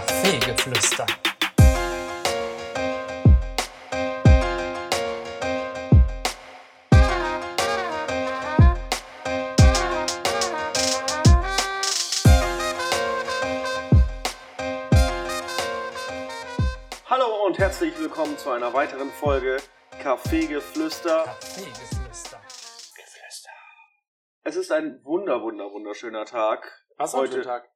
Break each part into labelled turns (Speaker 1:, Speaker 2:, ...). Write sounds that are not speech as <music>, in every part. Speaker 1: Kaffeegeflüster.
Speaker 2: Hallo und herzlich willkommen zu einer weiteren Folge Kaffeegeflüster.
Speaker 1: Kaffeegeflüster.
Speaker 2: Es ist ein wunder, wunder, wunderschöner Tag.
Speaker 3: Was
Speaker 2: Heute.
Speaker 3: heute? Tag?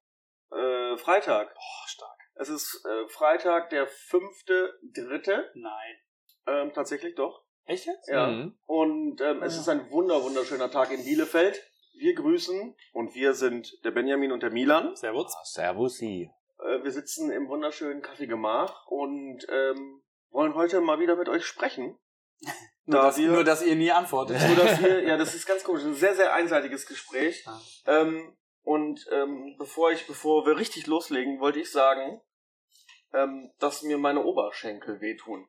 Speaker 2: Äh, Freitag.
Speaker 3: Boah, stark.
Speaker 2: Es ist äh, Freitag, der fünfte, dritte.
Speaker 3: Nein.
Speaker 2: Ähm, tatsächlich doch.
Speaker 3: Echt jetzt? Hm.
Speaker 2: Ja. Und ähm, es
Speaker 3: Mhm. Ja.
Speaker 2: ist ein wunder, wunderschöner Tag in Bielefeld. Wir grüßen und wir sind der Benjamin und der Milan.
Speaker 3: Servus.
Speaker 4: Servusi.
Speaker 2: Äh, wir sitzen im wunderschönen Kaffeegemach und ähm, wollen heute mal wieder mit euch sprechen.
Speaker 3: <laughs> Nur,
Speaker 2: Da
Speaker 3: dass,
Speaker 2: wir-
Speaker 3: nur, dass ihr nie antwortet.
Speaker 2: So dass wir, ja, das ist ganz komisch, ein sehr, sehr einseitiges Gespräch.
Speaker 3: Ah.
Speaker 2: Ähm, und ähm, bevor ich, bevor wir richtig loslegen, wollte ich sagen, ähm, dass mir meine Oberschenkel wehtun.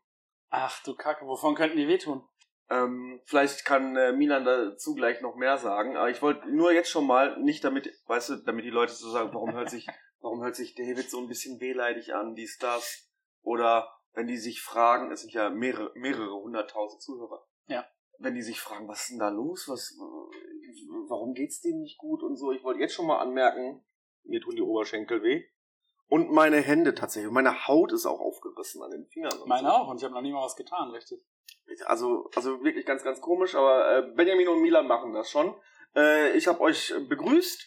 Speaker 3: Ach du Kacke, wovon könnten die wehtun?
Speaker 2: Ähm, vielleicht kann äh, Milan dazu gleich noch mehr sagen, aber ich wollte nur jetzt schon mal, nicht damit, weißt du, damit die Leute so sagen,
Speaker 3: <laughs>
Speaker 2: warum hört sich, warum hört sich David so ein bisschen wehleidig an, dies, das, oder wenn die sich fragen, es sind ja mehrere, mehrere hunderttausend Zuhörer.
Speaker 3: Ja.
Speaker 2: Wenn die sich fragen, was ist denn da los, was, äh, warum geht's denen nicht gut und so, ich wollte jetzt schon mal anmerken, mir tun die Oberschenkel weh. Und meine Hände tatsächlich, meine Haut ist auch aufgerissen an den Fingern. und
Speaker 3: Meine auch, und ich habe noch nie mal was getan, richtig?
Speaker 2: also, also wirklich ganz, ganz komisch, aber äh, Benjamin und Milan machen das schon. Äh, ich habe euch begrüßt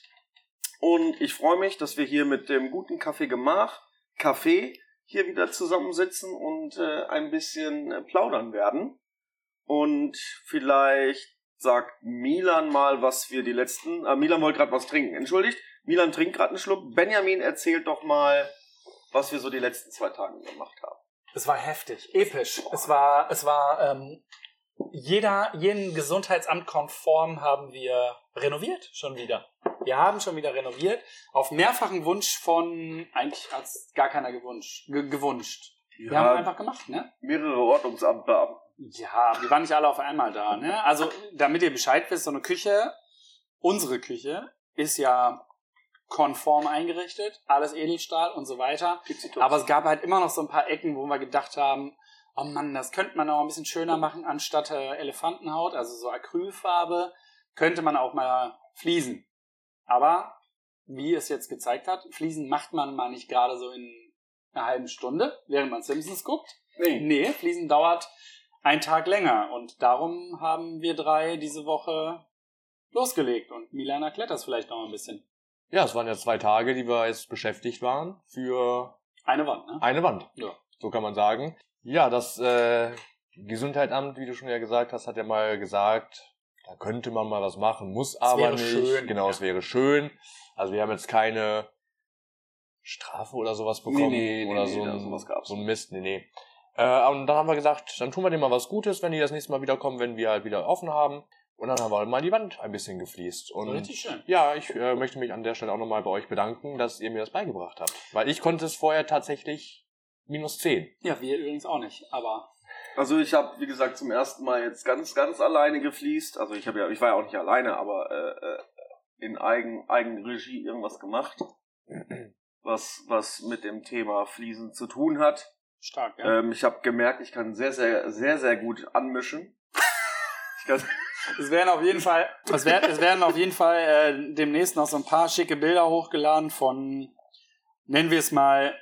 Speaker 2: und ich freue mich, dass wir hier mit dem guten Kaffee Gemach, Kaffee, hier wieder zusammensitzen und äh, ein bisschen äh, plaudern werden. Und vielleicht sagt Milan mal, was wir die letzten. Ah, Milan wollte gerade was trinken. Entschuldigt, Milan trinkt gerade einen Schluck. Benjamin erzählt doch mal, was wir so die letzten zwei Tage gemacht haben.
Speaker 5: Es war heftig, episch. Es war, es war ähm, jeder, jeden Gesundheitsamt konform haben wir renoviert schon wieder. Wir haben schon wieder renoviert auf mehrfachen Wunsch von
Speaker 3: Eigentlich hat gar keiner gewünscht. Ge gewünscht. Wir
Speaker 2: Ja.
Speaker 3: haben einfach gemacht, ne?
Speaker 2: Mehrere Ordnungsamtbeamte.
Speaker 3: Ja, wir waren nicht alle auf einmal da, ne? Also, damit ihr Bescheid wisst, so eine Küche, unsere Küche, ist ja konform eingerichtet, alles Edelstahl und so weiter. Aber es gab halt immer noch so ein paar Ecken, wo wir gedacht haben, oh Mann, das könnte man auch ein bisschen schöner machen, anstatt äh, Elefantenhaut, also so Acrylfarbe, könnte man auch mal fließen. Aber, wie es jetzt gezeigt hat, Fliesen macht man mal nicht gerade so in einer halben Stunde, während man Simpsons guckt.
Speaker 2: Nee.
Speaker 3: Nee, Fliesen dauert einen Tag länger und darum haben wir drei diese Woche losgelegt und Milana erklärt das vielleicht noch mal ein bisschen.
Speaker 4: Ja, es waren ja zwei Tage, die wir jetzt beschäftigt waren für
Speaker 3: Eine Wand, ne?
Speaker 4: eine Wand.
Speaker 3: Ja.
Speaker 4: So kann man sagen. Ja, das äh, Gesundheitsamt, wie du schon ja gesagt hast, hat ja mal gesagt, da könnte man mal was machen, muss aber
Speaker 5: wäre
Speaker 4: nicht.
Speaker 5: schön.
Speaker 4: Genau, es wäre schön. Also wir haben jetzt keine Strafe oder sowas bekommen
Speaker 2: Nee, nee, nee,
Speaker 4: oder
Speaker 2: nee,
Speaker 4: so,
Speaker 2: da
Speaker 4: ein,
Speaker 2: sowas gab's
Speaker 4: so ein Mist. Nee, nee. Äh, und dann haben wir gesagt, dann tun wir denen mal was Gutes, wenn die das nächste Mal wiederkommen, wenn wir halt wieder offen haben. Und dann haben wir halt mal die Wand ein bisschen gefliest. Und
Speaker 3: Richtig schön.
Speaker 4: Ja, ich äh, möchte mich an der Stelle auch nochmal bei euch bedanken, dass ihr mir das beigebracht habt. Weil ich konnte es vorher tatsächlich minus 10.
Speaker 3: Ja, wir übrigens auch nicht, aber
Speaker 2: Also ich habe, wie gesagt, zum ersten Mal jetzt ganz, ganz alleine gefliest. Also ich habe ja, ich war ja auch nicht alleine, aber äh, äh, in Eigen, Eigenregie irgendwas gemacht, was, was mit dem Thema Fliesen zu tun hat.
Speaker 3: stark, ja.
Speaker 2: Ähm, ich habe gemerkt, ich kann sehr, sehr, sehr, sehr gut anmischen. Ich kann,
Speaker 3: Es werden auf jeden Fall, es werden, es werden auf jeden Fall äh, demnächst noch so ein paar schicke Bilder hochgeladen von, nennen wir es mal,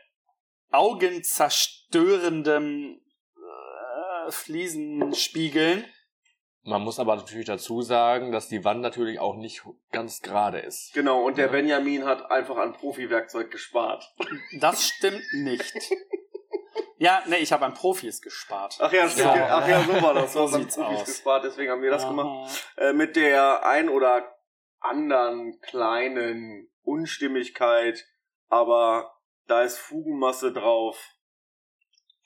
Speaker 3: augenzerstörendem äh, Fliesenspiegeln.
Speaker 4: Man muss aber natürlich dazu sagen, dass die Wand natürlich auch nicht ganz gerade ist.
Speaker 2: genau, und der
Speaker 4: Ja.
Speaker 2: Benjamin hat einfach an Profi-Werkzeug gespart.
Speaker 3: Das stimmt nicht. <laughs> Ja, ne, ich habe an Profis gespart.
Speaker 2: Ach ja, stimmt.
Speaker 3: So.
Speaker 2: Ach ja, so war das.
Speaker 3: So
Speaker 2: So, an
Speaker 3: sieht's
Speaker 2: Profis
Speaker 3: aus.
Speaker 2: gespart, deswegen haben wir das
Speaker 3: Aha.
Speaker 2: gemacht. äh, mit der ein oder anderen kleinen Unstimmigkeit, aber da ist Fugenmasse drauf.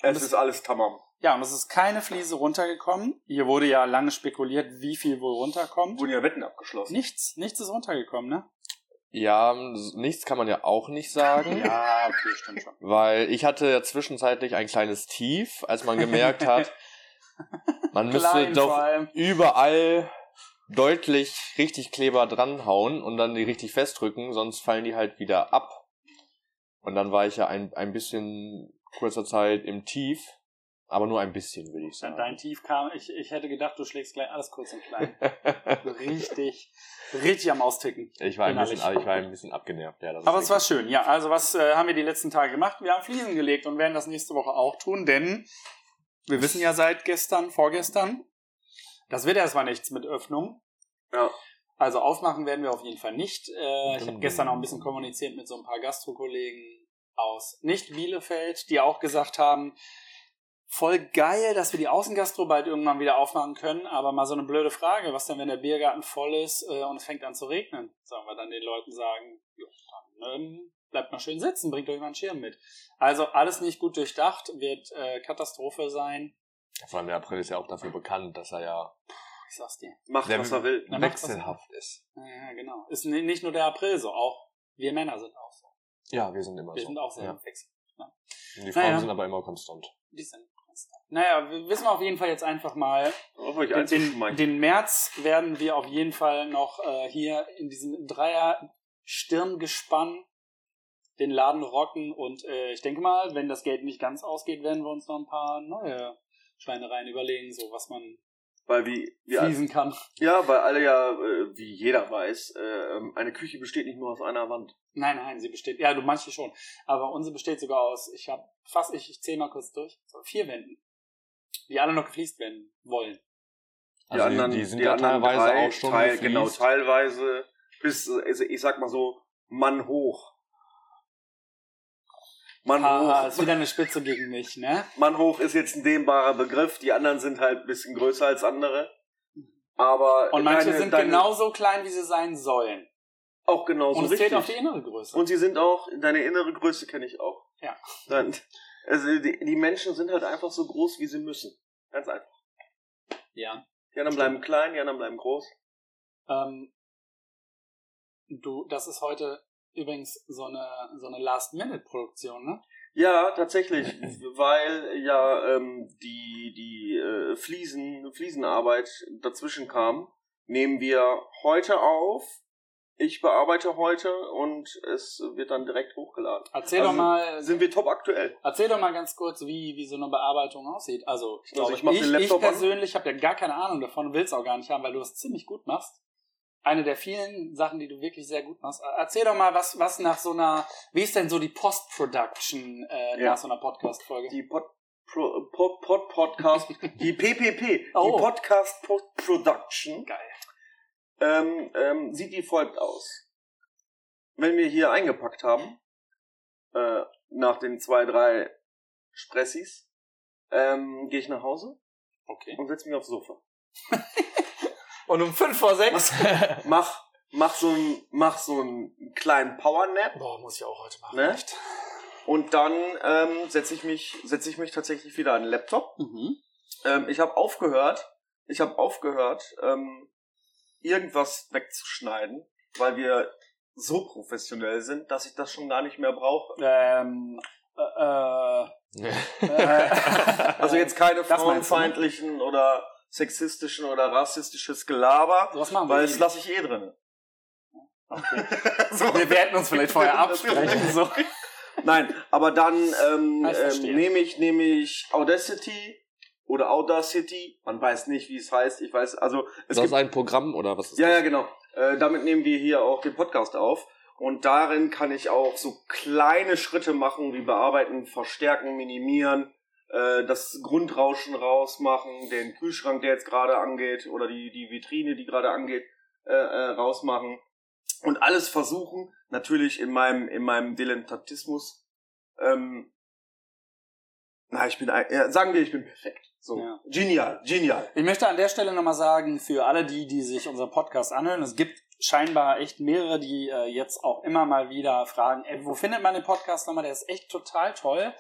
Speaker 2: Es ist alles tamam.
Speaker 3: Ja, und es ist keine Fliese runtergekommen. Hier wurde ja lange spekuliert, wie viel wohl runterkommt.
Speaker 2: Wurden ja Wetten abgeschlossen.
Speaker 3: Nichts, nichts ist runtergekommen, ne?
Speaker 4: Ja, s- nichts kann man <laughs> ja auch nicht sagen.
Speaker 3: <laughs> Ja, okay, stimmt schon.
Speaker 4: Weil ich hatte ja zwischenzeitlich ein kleines Tief, als man gemerkt <laughs> hat, man müsste
Speaker 3: Klein vor
Speaker 4: doch
Speaker 3: allem.
Speaker 4: überall deutlich richtig Kleber dranhauen und dann die richtig festdrücken, sonst fallen die halt wieder ab. Und dann war ich ja ein, ein bisschen kurzer Zeit im Tief, aber nur ein bisschen, würde ich sagen.
Speaker 3: Dein Tief kam, ich, ich hätte gedacht, du schlägst gleich alles kurz und <laughs> klein. richtig, richtig am Austicken.
Speaker 4: <laughs> ich, war ein bisschen,
Speaker 3: Innerlich.
Speaker 4: ich war ein bisschen abgenervt, ja. das ist
Speaker 3: Aber es
Speaker 4: richtig.
Speaker 3: war schön, ja. Also was äh, haben wir die letzten Tage gemacht? Wir haben Fliesen gelegt und werden das nächste Woche auch tun, denn wir wissen ja seit gestern, vorgestern, das wird erstmal nichts mit Öffnung.
Speaker 2: Ja.
Speaker 3: Also aufmachen werden wir auf jeden Fall nicht. Äh, ich habe
Speaker 4: Dum-dum.
Speaker 3: gestern auch ein bisschen kommuniziert mit so ein paar Gastrokollegen aus Nicht-Bielefeld, die auch gesagt haben, voll geil, dass wir die Außengastro bald irgendwann wieder aufmachen können, aber mal so eine blöde Frage, was denn, wenn der Biergarten voll ist äh, und es fängt an zu regnen? Sollen wir dann den Leuten sagen, jo, dann ähm, bleibt mal schön sitzen, bringt euch mal einen Schirm mit. Also alles nicht gut durchdacht, wird äh, Katastrophe sein.
Speaker 4: Vor allem der April ist ja auch dafür bekannt, dass er ja
Speaker 3: Ich sag's dir.
Speaker 2: Macht,
Speaker 4: Der-
Speaker 2: was er will.
Speaker 3: Na, macht was-
Speaker 4: wechselhaft ist.
Speaker 3: Ja, genau. Ist ni- nicht nur der April so, auch wir Männer sind auch so.
Speaker 4: Ja, wir sind immer
Speaker 3: Wir
Speaker 4: so.
Speaker 3: sind auch sehr
Speaker 4: Also, ja.
Speaker 3: wechselhaft.
Speaker 4: Die Frauen
Speaker 3: Naja.
Speaker 4: sind aber immer konstant.
Speaker 3: Die sind konstant. Naja, wir wissen auf jeden Fall jetzt einfach mal,
Speaker 2: Auf euch
Speaker 3: den, den,
Speaker 2: einzuschmeißen.
Speaker 3: den März werden wir auf jeden Fall noch äh, hier in diesem Dreier-Stirngespann den Laden rocken und äh, ich denke mal, wenn das Geld nicht ganz ausgeht, werden wir uns noch ein paar neue Schweinereien überlegen, so was man
Speaker 2: Weil wie, wie alle,
Speaker 3: fließen kann.
Speaker 2: ja, weil alle ja, äh, wie jeder weiß, äh, ähm, eine Küche besteht nicht nur aus einer Wand.
Speaker 3: Nein, nein, sie besteht, ja, du manche schon, aber unsere besteht sogar aus, ich habe fast, ich, ich zähle mal kurz durch, so vier Wänden, die alle noch gefliest werden wollen.
Speaker 4: Also die, die sind ja teilweise
Speaker 2: drei
Speaker 4: auch schon
Speaker 2: teil,
Speaker 4: gefliest.
Speaker 2: Genau, teilweise bis, äh, ich ich sag mal so, Mann hoch. Mann
Speaker 3: Ah, ist
Speaker 2: hoch.
Speaker 3: wieder eine Spitze gegen mich,
Speaker 2: <laughs>
Speaker 3: ne?
Speaker 2: Mann hoch ist jetzt ein dehnbarer Begriff. Die anderen sind halt ein bisschen größer als andere. Aber
Speaker 3: Und manche
Speaker 2: deine-
Speaker 3: sind
Speaker 2: deine-
Speaker 3: genauso klein, wie sie sein sollen.
Speaker 2: auch genauso
Speaker 3: Und es
Speaker 2: richtig.
Speaker 3: zählt auf die innere Größe.
Speaker 2: Und sie sind auch, deine innere Größe kenne ich auch.
Speaker 3: Ja.
Speaker 2: Dann, also die, die Menschen sind halt einfach so groß, wie sie müssen. Ganz einfach.
Speaker 3: ja.
Speaker 2: Die anderen bleiben klein, die anderen bleiben groß.
Speaker 3: Ähm, du, das ist heute übrigens so eine, so eine Last-Minute-Produktion, ne?
Speaker 2: Ja, tatsächlich, weil ja ähm, die, die äh, Fliesen, Fliesenarbeit dazwischen kam, nehmen wir heute auf. Ich bearbeite heute und es wird dann direkt hochgeladen.
Speaker 3: Erzähl
Speaker 2: Also
Speaker 3: doch mal,
Speaker 2: Sind wir top aktuell?
Speaker 3: erzähl doch mal ganz kurz, wie, wie so eine Bearbeitung aussieht. Also, ich, glaube,
Speaker 2: ich mach
Speaker 3: ich,
Speaker 2: den Laptop
Speaker 3: ich
Speaker 2: an.
Speaker 3: persönlich habe ja gar keine Ahnung davon, will es auch gar nicht haben, weil du es ziemlich gut machst. Eine der vielen Sachen, die du wirklich sehr gut machst. Äh, Erzähl doch mal, was, was nach so einer, wie ist denn so die Post-Production äh,
Speaker 2: Ja.
Speaker 3: nach so einer Podcast-Folge?
Speaker 2: Die Pod, Pro, äh, Pod,
Speaker 3: <laughs>
Speaker 2: Pod Podcast, die PPP,
Speaker 3: Oh.
Speaker 2: die Podcast Pod Production.
Speaker 3: Geil.
Speaker 2: Ähm, ähm, sieht wie folgt aus. Wenn wir hier eingepackt haben, äh, nach den zwei, drei Stressis, ähm, gehe ich nach Hause
Speaker 3: Okay.
Speaker 2: und setze mich
Speaker 3: <laughs>
Speaker 2: aufs Sofa.
Speaker 5: Und um 5 vor 6.
Speaker 2: Mach, mach so ein, mach so einen kleinen Powernap,
Speaker 5: Boah, muss ich auch heute
Speaker 4: <laughs>
Speaker 5: machen.
Speaker 2: ne? Und dann ähm, setze ich mich, setze ich mich tatsächlich wieder an den Laptop.
Speaker 3: Mhm.
Speaker 2: Ähm, ich habe aufgehört, ich habe aufgehört, ähm, irgendwas wegzuschneiden, weil wir so professionell sind, dass ich das schon gar nicht mehr brauche.
Speaker 3: Ähm, äh, äh,
Speaker 2: <laughs> Also jetzt keine
Speaker 3: Das meinst du, ne?
Speaker 2: frauenfeindlichen oder sexistischen oder rassistisches Gelaber,
Speaker 3: So, was machen wir?
Speaker 2: weil das lasse ich eh drin. <laughs> so.
Speaker 3: wir werden uns vielleicht
Speaker 2: <laughs>
Speaker 3: vorher absprechen. So.
Speaker 2: Nein, aber dann ähm,
Speaker 3: Ich verstehe.
Speaker 2: ähm, nehme ich, nehme ich Audacity oder Audacity. Man weiß nicht, wie es heißt. Ich weiß, also es
Speaker 4: Ist das
Speaker 2: gibt
Speaker 4: ein Programm oder was ist
Speaker 2: Ja,
Speaker 4: das?
Speaker 2: ja, genau. Äh, damit nehmen wir hier auch den Podcast auf. Und darin kann ich auch so kleine Schritte machen, wie bearbeiten, verstärken, minimieren, äh, das Grundrauschen rausmachen, den Kühlschrank, der jetzt gerade angeht, oder die, die Vitrine, die gerade angeht, äh, äh, rausmachen. Und alles versuchen, natürlich in meinem, in meinem Dilettantismus. Ähm, na, ich bin, ein- ja, sagen wir, ich bin perfekt. So.
Speaker 3: Ja.
Speaker 2: Genial, genial.
Speaker 3: Ich möchte an der Stelle nochmal sagen, für alle die, die sich unseren Podcast anhören, es gibt scheinbar echt mehrere, die äh, jetzt auch immer mal wieder fragen, ey, wo findet man den Podcast nochmal? Der ist echt total toll.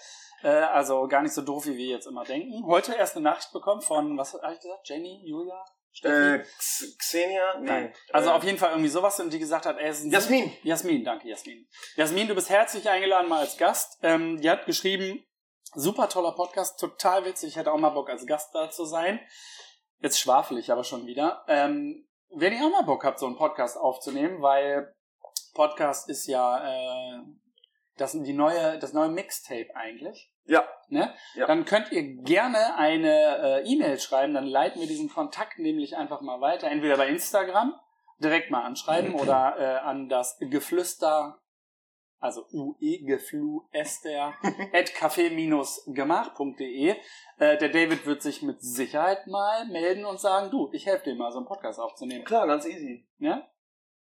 Speaker 3: Äh, also gar nicht so doof, wie wir jetzt immer denken. Heute erst eine Nachricht bekommen von, was habe ich gesagt? Jenny, Julia,
Speaker 2: Äh,
Speaker 3: Steffi?
Speaker 2: X- Xenia? Nee.
Speaker 3: Nein. Also
Speaker 2: äh,
Speaker 3: auf jeden Fall irgendwie sowas und die gesagt hat, ey, es ist ein
Speaker 2: Jasmin!
Speaker 3: Jasmin, danke, Jasmin. Jasmin, du bist herzlich eingeladen, mal als Gast. Ähm, die hat geschrieben, super toller Podcast, total witzig, ich hätte auch mal Bock, als Gast da zu sein. Jetzt schwafel ich aber schon wieder. Ähm, wenn ihr auch mal Bock habt, so einen Podcast aufzunehmen, weil Podcast ist ja äh, das, die neue, das neue Mixtape eigentlich.
Speaker 2: Ja.
Speaker 3: Ne?
Speaker 2: Ja.
Speaker 3: Dann könnt ihr gerne eine äh, E-Mail schreiben, dann leiten wir diesen Kontakt nämlich einfach mal weiter. Entweder bei Instagram direkt mal anschreiben oder äh, an das Geflüster, also UE,
Speaker 2: <laughs>
Speaker 3: Gefluester, at café-gemach.de. Äh, der David wird sich mit Sicherheit mal melden und sagen, du, ich helfe dir mal, so einen Podcast aufzunehmen.
Speaker 2: Klar, ganz easy.
Speaker 3: Ne?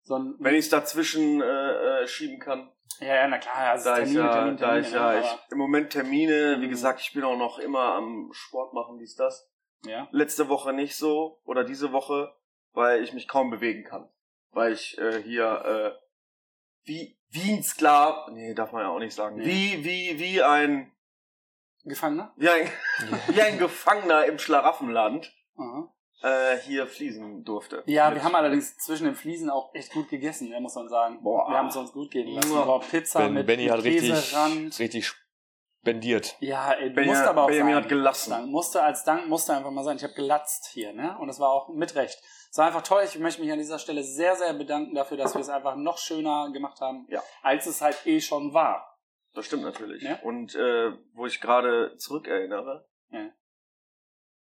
Speaker 3: So ein,
Speaker 2: Wenn ich es dazwischen äh, äh, schieben kann.
Speaker 3: ja, ja, na klar, also
Speaker 2: Da ich
Speaker 3: Termine,
Speaker 2: ja,
Speaker 3: Termine,
Speaker 2: da ich
Speaker 3: Termine,
Speaker 2: ja,
Speaker 3: ne?
Speaker 2: ich,
Speaker 3: Aber-
Speaker 2: im Moment Termine, wie
Speaker 3: Mhm.
Speaker 2: gesagt, ich bin auch noch immer am Sport machen, dies, das.
Speaker 3: Ja.
Speaker 2: Letzte Woche nicht so oder diese Woche, weil ich mich kaum bewegen kann. Weil ich äh, hier äh, wie, wie ein Sklav, nee, darf man ja auch nicht sagen,
Speaker 3: Nee.
Speaker 2: wie, wie, wie ein,
Speaker 3: Gefangener? <laughs>
Speaker 2: wie ein, wie ein Gefangener im Schlaraffenland
Speaker 3: Aha.
Speaker 2: äh, hier fließen durfte.
Speaker 3: Ja,
Speaker 2: Mit-
Speaker 3: wir haben allerdings zwischen den Fliesen auch echt gut gegessen, ne, muss man sagen.
Speaker 2: Boah.
Speaker 3: Wir haben es uns gut gehen lassen.
Speaker 2: Mua.
Speaker 3: Boah, Pizza
Speaker 4: Ben,
Speaker 3: mit,
Speaker 4: Benny
Speaker 3: mit
Speaker 4: hat richtig,
Speaker 3: Käserand.
Speaker 4: richtig spendiert.
Speaker 3: Ja, ey, du
Speaker 2: Benja-
Speaker 3: musst aber auch
Speaker 2: Benjamin
Speaker 3: sagen.
Speaker 2: hat gelassen.
Speaker 3: Dank, musste als Dank musste einfach mal sein. Ich habe gelatzt hier, ne? Und das war auch mit Recht. Es war einfach toll. Ich möchte mich an dieser Stelle sehr, sehr bedanken dafür, dass wir es einfach noch schöner gemacht haben,
Speaker 2: Ja.
Speaker 3: als es halt eh schon war.
Speaker 2: Das stimmt natürlich.
Speaker 3: Ne?
Speaker 2: Und äh, wo ich gerade zurückerinnere,
Speaker 3: Ja.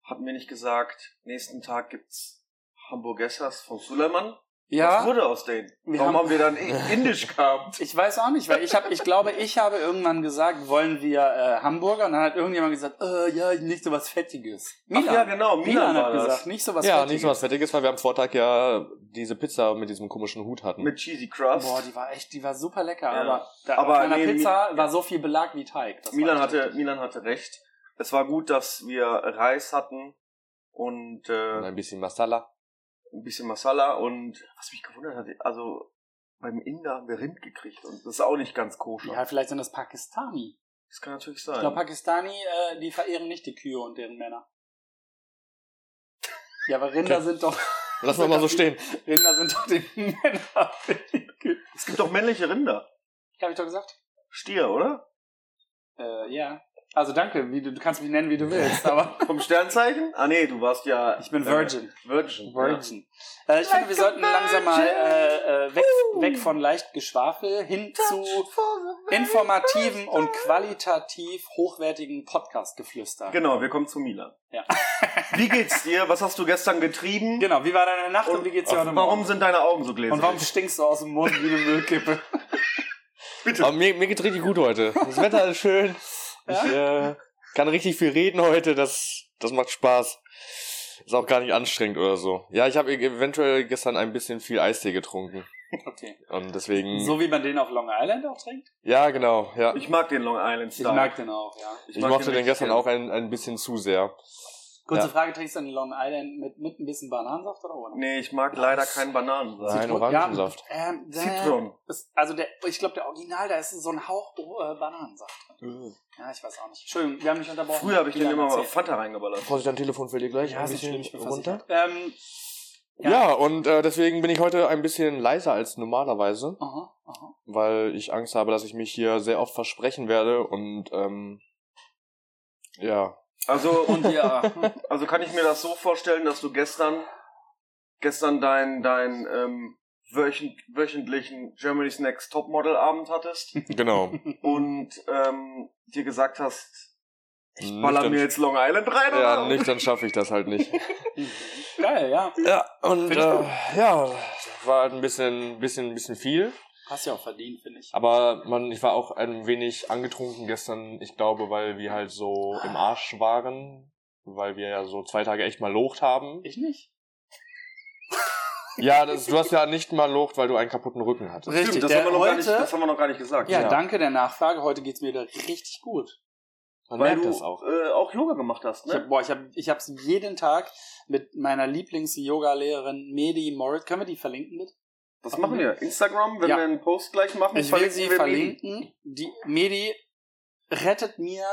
Speaker 2: hat mir nicht gesagt, nächsten Tag gibt's Hamburgessers von Suleiman. Was
Speaker 3: Ja,
Speaker 2: wurde aus denen?
Speaker 3: Wir
Speaker 2: Warum
Speaker 3: haben-
Speaker 2: haben wir
Speaker 3: <laughs>
Speaker 2: dann eh indisch gehabt?
Speaker 3: ich weiß auch nicht, weil ich habe, ich glaube, ich habe irgendwann gesagt, wollen wir äh, Hamburger? Und dann hat irgendjemand gesagt, äh, ja, nicht so was Fettiges.
Speaker 2: Ach ja, genau, Milan,
Speaker 3: Milan
Speaker 2: war
Speaker 3: hat
Speaker 2: das.
Speaker 3: gesagt, nicht so was
Speaker 4: ja,
Speaker 3: Fettiges.
Speaker 4: nicht so was Fettiges, weil wir am Vortag ja diese Pizza mit diesem komischen Hut hatten.
Speaker 2: Mit Cheesy Crust.
Speaker 3: Boah, die war echt, die war super lecker,
Speaker 2: Ja.
Speaker 3: aber, da,
Speaker 2: Aber
Speaker 3: auf meiner
Speaker 2: nee,
Speaker 3: Pizza war so viel Belag wie Teig. Das war
Speaker 2: Milan
Speaker 3: echt
Speaker 2: hatte,
Speaker 3: richtig.
Speaker 2: Milan hatte recht. Es war gut, dass wir Reis hatten und
Speaker 4: Und
Speaker 2: äh,
Speaker 4: ein bisschen Masala.
Speaker 2: ein bisschen Masala und was mich gewundert hat, also beim Inder haben wir Rind gekriegt und das ist auch nicht ganz koscher.
Speaker 3: Ja, vielleicht sind das Pakistani.
Speaker 2: Das kann natürlich
Speaker 3: Ich
Speaker 2: sein.
Speaker 3: glaube, Pakistani, äh, die verehren nicht die Kühe und deren Männer. Ja, aber Rinder
Speaker 4: Okay.
Speaker 3: sind doch,
Speaker 4: Lass mal mal so stehen.
Speaker 3: Rinder sind doch die <laughs> Männer.
Speaker 2: es gibt doch männliche Rinder.
Speaker 3: Habe ich doch gesagt?
Speaker 2: Stier, oder?
Speaker 3: Äh, ja. Also danke, wie du, du kannst mich nennen, wie du <laughs> willst, aber
Speaker 2: Vom Sternzeichen? Ah nee, du warst ja.
Speaker 3: ich bin Virgin.
Speaker 2: Äh, Virgin.
Speaker 3: Virgin. Äh, ich finde, wir sollten langsam mal äh, äh, weg, weg von leicht Geschwafel hin zu informativen und qualitativ hochwertigen
Speaker 2: Ja.
Speaker 3: Podcast-Geflüster.
Speaker 2: Genau, wir kommen zu Milan.
Speaker 3: Ja.
Speaker 2: <laughs> Wie geht's dir? Was hast du gestern getrieben?
Speaker 3: Genau, wie war deine Nacht und,
Speaker 2: Und
Speaker 3: wie geht's dir heute
Speaker 2: Warum
Speaker 3: Morgen?
Speaker 2: sind deine Augen so gläsern?
Speaker 3: Und warum stinkst du aus dem Mund wie eine Müllkippe? <laughs>
Speaker 4: Aber mir, mir geht's richtig gut heute. Das Wetter ist schön. Ich äh, kann richtig viel reden heute. Das, das macht Spaß. Ist auch gar nicht anstrengend oder so. Ja, ich habe eventuell gestern ein bisschen viel Eistee getrunken.
Speaker 3: Okay.
Speaker 4: Und deswegen.
Speaker 3: So wie man den auf Long Island auch trinkt?
Speaker 4: Ja, genau. Ja. Ich,
Speaker 2: Ich mag den Long Island
Speaker 3: Ich
Speaker 2: Star.
Speaker 3: mag den auch, ja.
Speaker 2: mag
Speaker 4: mochte den
Speaker 2: richtig
Speaker 4: gestern
Speaker 2: gern.
Speaker 4: auch ein, ein bisschen zu sehr.
Speaker 3: Kurze
Speaker 4: Ja.
Speaker 3: Frage, trinkst du den Long Island mit, mit ein bisschen Bananensaft oder ohne?
Speaker 2: Nee, ich mag leider keinen Bananensaft.
Speaker 4: Nein, Orangensaft.
Speaker 3: Ähm, äh,
Speaker 2: Zitron.
Speaker 3: ist- Also der, ich glaube, der Original, da ist so ein Hauch äh, Bananensaft. Ja, ich weiß auch nicht. Entschuldigung, wir haben dich unterbrochen.
Speaker 2: Früher habe ich den
Speaker 3: Milan,
Speaker 2: immer mal
Speaker 3: erzähl.
Speaker 2: auf Fanta reingeballert.
Speaker 4: Vorsicht, dein Telefon fällt dir gleich
Speaker 3: Ja,
Speaker 4: ein
Speaker 3: ist nicht schlimm,
Speaker 4: bisschen
Speaker 3: ich bin
Speaker 4: runter.
Speaker 3: versichert. Ähm,
Speaker 4: Ja, und äh, deswegen bin ich heute ein bisschen leiser als normalerweise,
Speaker 3: aha, aha.
Speaker 4: weil ich Angst habe, dass ich mich hier sehr oft versprechen werde und ähm, ja,
Speaker 2: Also,
Speaker 3: Und ja, <laughs>
Speaker 2: also kann ich mir das so vorstellen, dass du gestern, gestern deinen dein, ähm, wöchent, wöchentlichen Germany's Next Topmodel Abend hattest
Speaker 4: genau.
Speaker 2: und ähm, dir gesagt hast, ich baller <laughs>
Speaker 4: Nüchtern-
Speaker 2: mir jetzt Long Island rein
Speaker 4: ja,
Speaker 2: oder?
Speaker 4: nüchtern schaffe ich das halt nicht.
Speaker 3: geil, ja.
Speaker 4: ja, und
Speaker 3: Find
Speaker 4: äh,
Speaker 3: ich gut.
Speaker 4: ja, war halt ein bisschen, bisschen, bisschen viel.
Speaker 3: Hast ja auch verdient, finde ich.
Speaker 4: Aber man, ich war auch ein wenig angetrunken gestern, ich glaube, weil wir halt so im Arsch waren, weil wir ja so zwei Tage echt mal locht haben.
Speaker 3: Ich nicht.
Speaker 4: Ja, das, du hast ja nicht mal locht, weil du einen kaputten Rücken hattest.
Speaker 3: Richtig,
Speaker 2: Stimmt, das,
Speaker 3: der
Speaker 2: haben wir noch
Speaker 3: heute,
Speaker 2: gar nicht, das haben wir noch gar nicht gesagt.
Speaker 3: ja,
Speaker 4: Ja.
Speaker 3: danke der Nachfrage. Heute geht's mir wieder richtig gut.
Speaker 4: Man
Speaker 2: Weil
Speaker 4: merkt
Speaker 2: du
Speaker 4: das auch.
Speaker 2: Äh, auch Yoga gemacht hast,
Speaker 3: Ich hab,
Speaker 2: ne?
Speaker 3: boah, ich habe ich hab's jeden Tag mit meiner Lieblings-Yoga-Lehrerin Medi Moritz. Können wir die verlinken mit?
Speaker 2: Das machen wir. Instagram, wenn
Speaker 3: Ja.
Speaker 2: wir einen Post gleich machen,
Speaker 3: Ich will
Speaker 2: verlinken
Speaker 3: sie
Speaker 2: wir Medi.
Speaker 3: verlinken. Die Medi rettet mir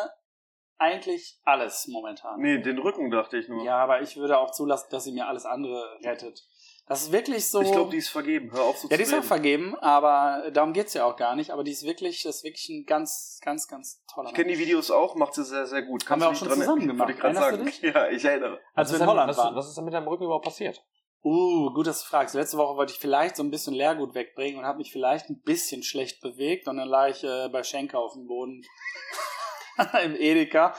Speaker 3: eigentlich alles momentan.
Speaker 2: Nee, den Rücken dachte ich nur.
Speaker 3: Ja, aber ich würde auch zulassen, dass sie mir alles andere rettet. Das ist wirklich so.
Speaker 2: Ich glaube, die ist vergeben. Hör auf so
Speaker 3: ja,
Speaker 2: zu
Speaker 3: die ist auch
Speaker 2: reden.
Speaker 3: vergeben, aber darum geht's ja auch gar nicht. Aber die ist wirklich, das ist wirklich ein ganz, ganz, ganz toller
Speaker 2: Ich kenne die Videos auch, macht sie sehr, sehr gut.
Speaker 3: Haben wir auch
Speaker 2: Kannst du
Speaker 3: schon
Speaker 2: mich dran-
Speaker 3: zusammen gemacht.
Speaker 2: Wollte ich gerade
Speaker 3: Erinnerst du
Speaker 2: sagen. <laughs> Ja, ich erinnere.
Speaker 3: Als wir also
Speaker 4: Also was, ist
Speaker 3: in
Speaker 4: denn,
Speaker 3: Holland
Speaker 4: was,
Speaker 3: waren.
Speaker 4: was ist denn mit deinem Rücken überhaupt passiert?
Speaker 3: Uh, gut, dass du fragst. Letzte Woche wollte ich vielleicht so ein bisschen Leergut wegbringen und habe mich vielleicht ein bisschen schlecht bewegt und dann lag ich äh, bei Schenker auf dem Boden <laughs> im Edeka.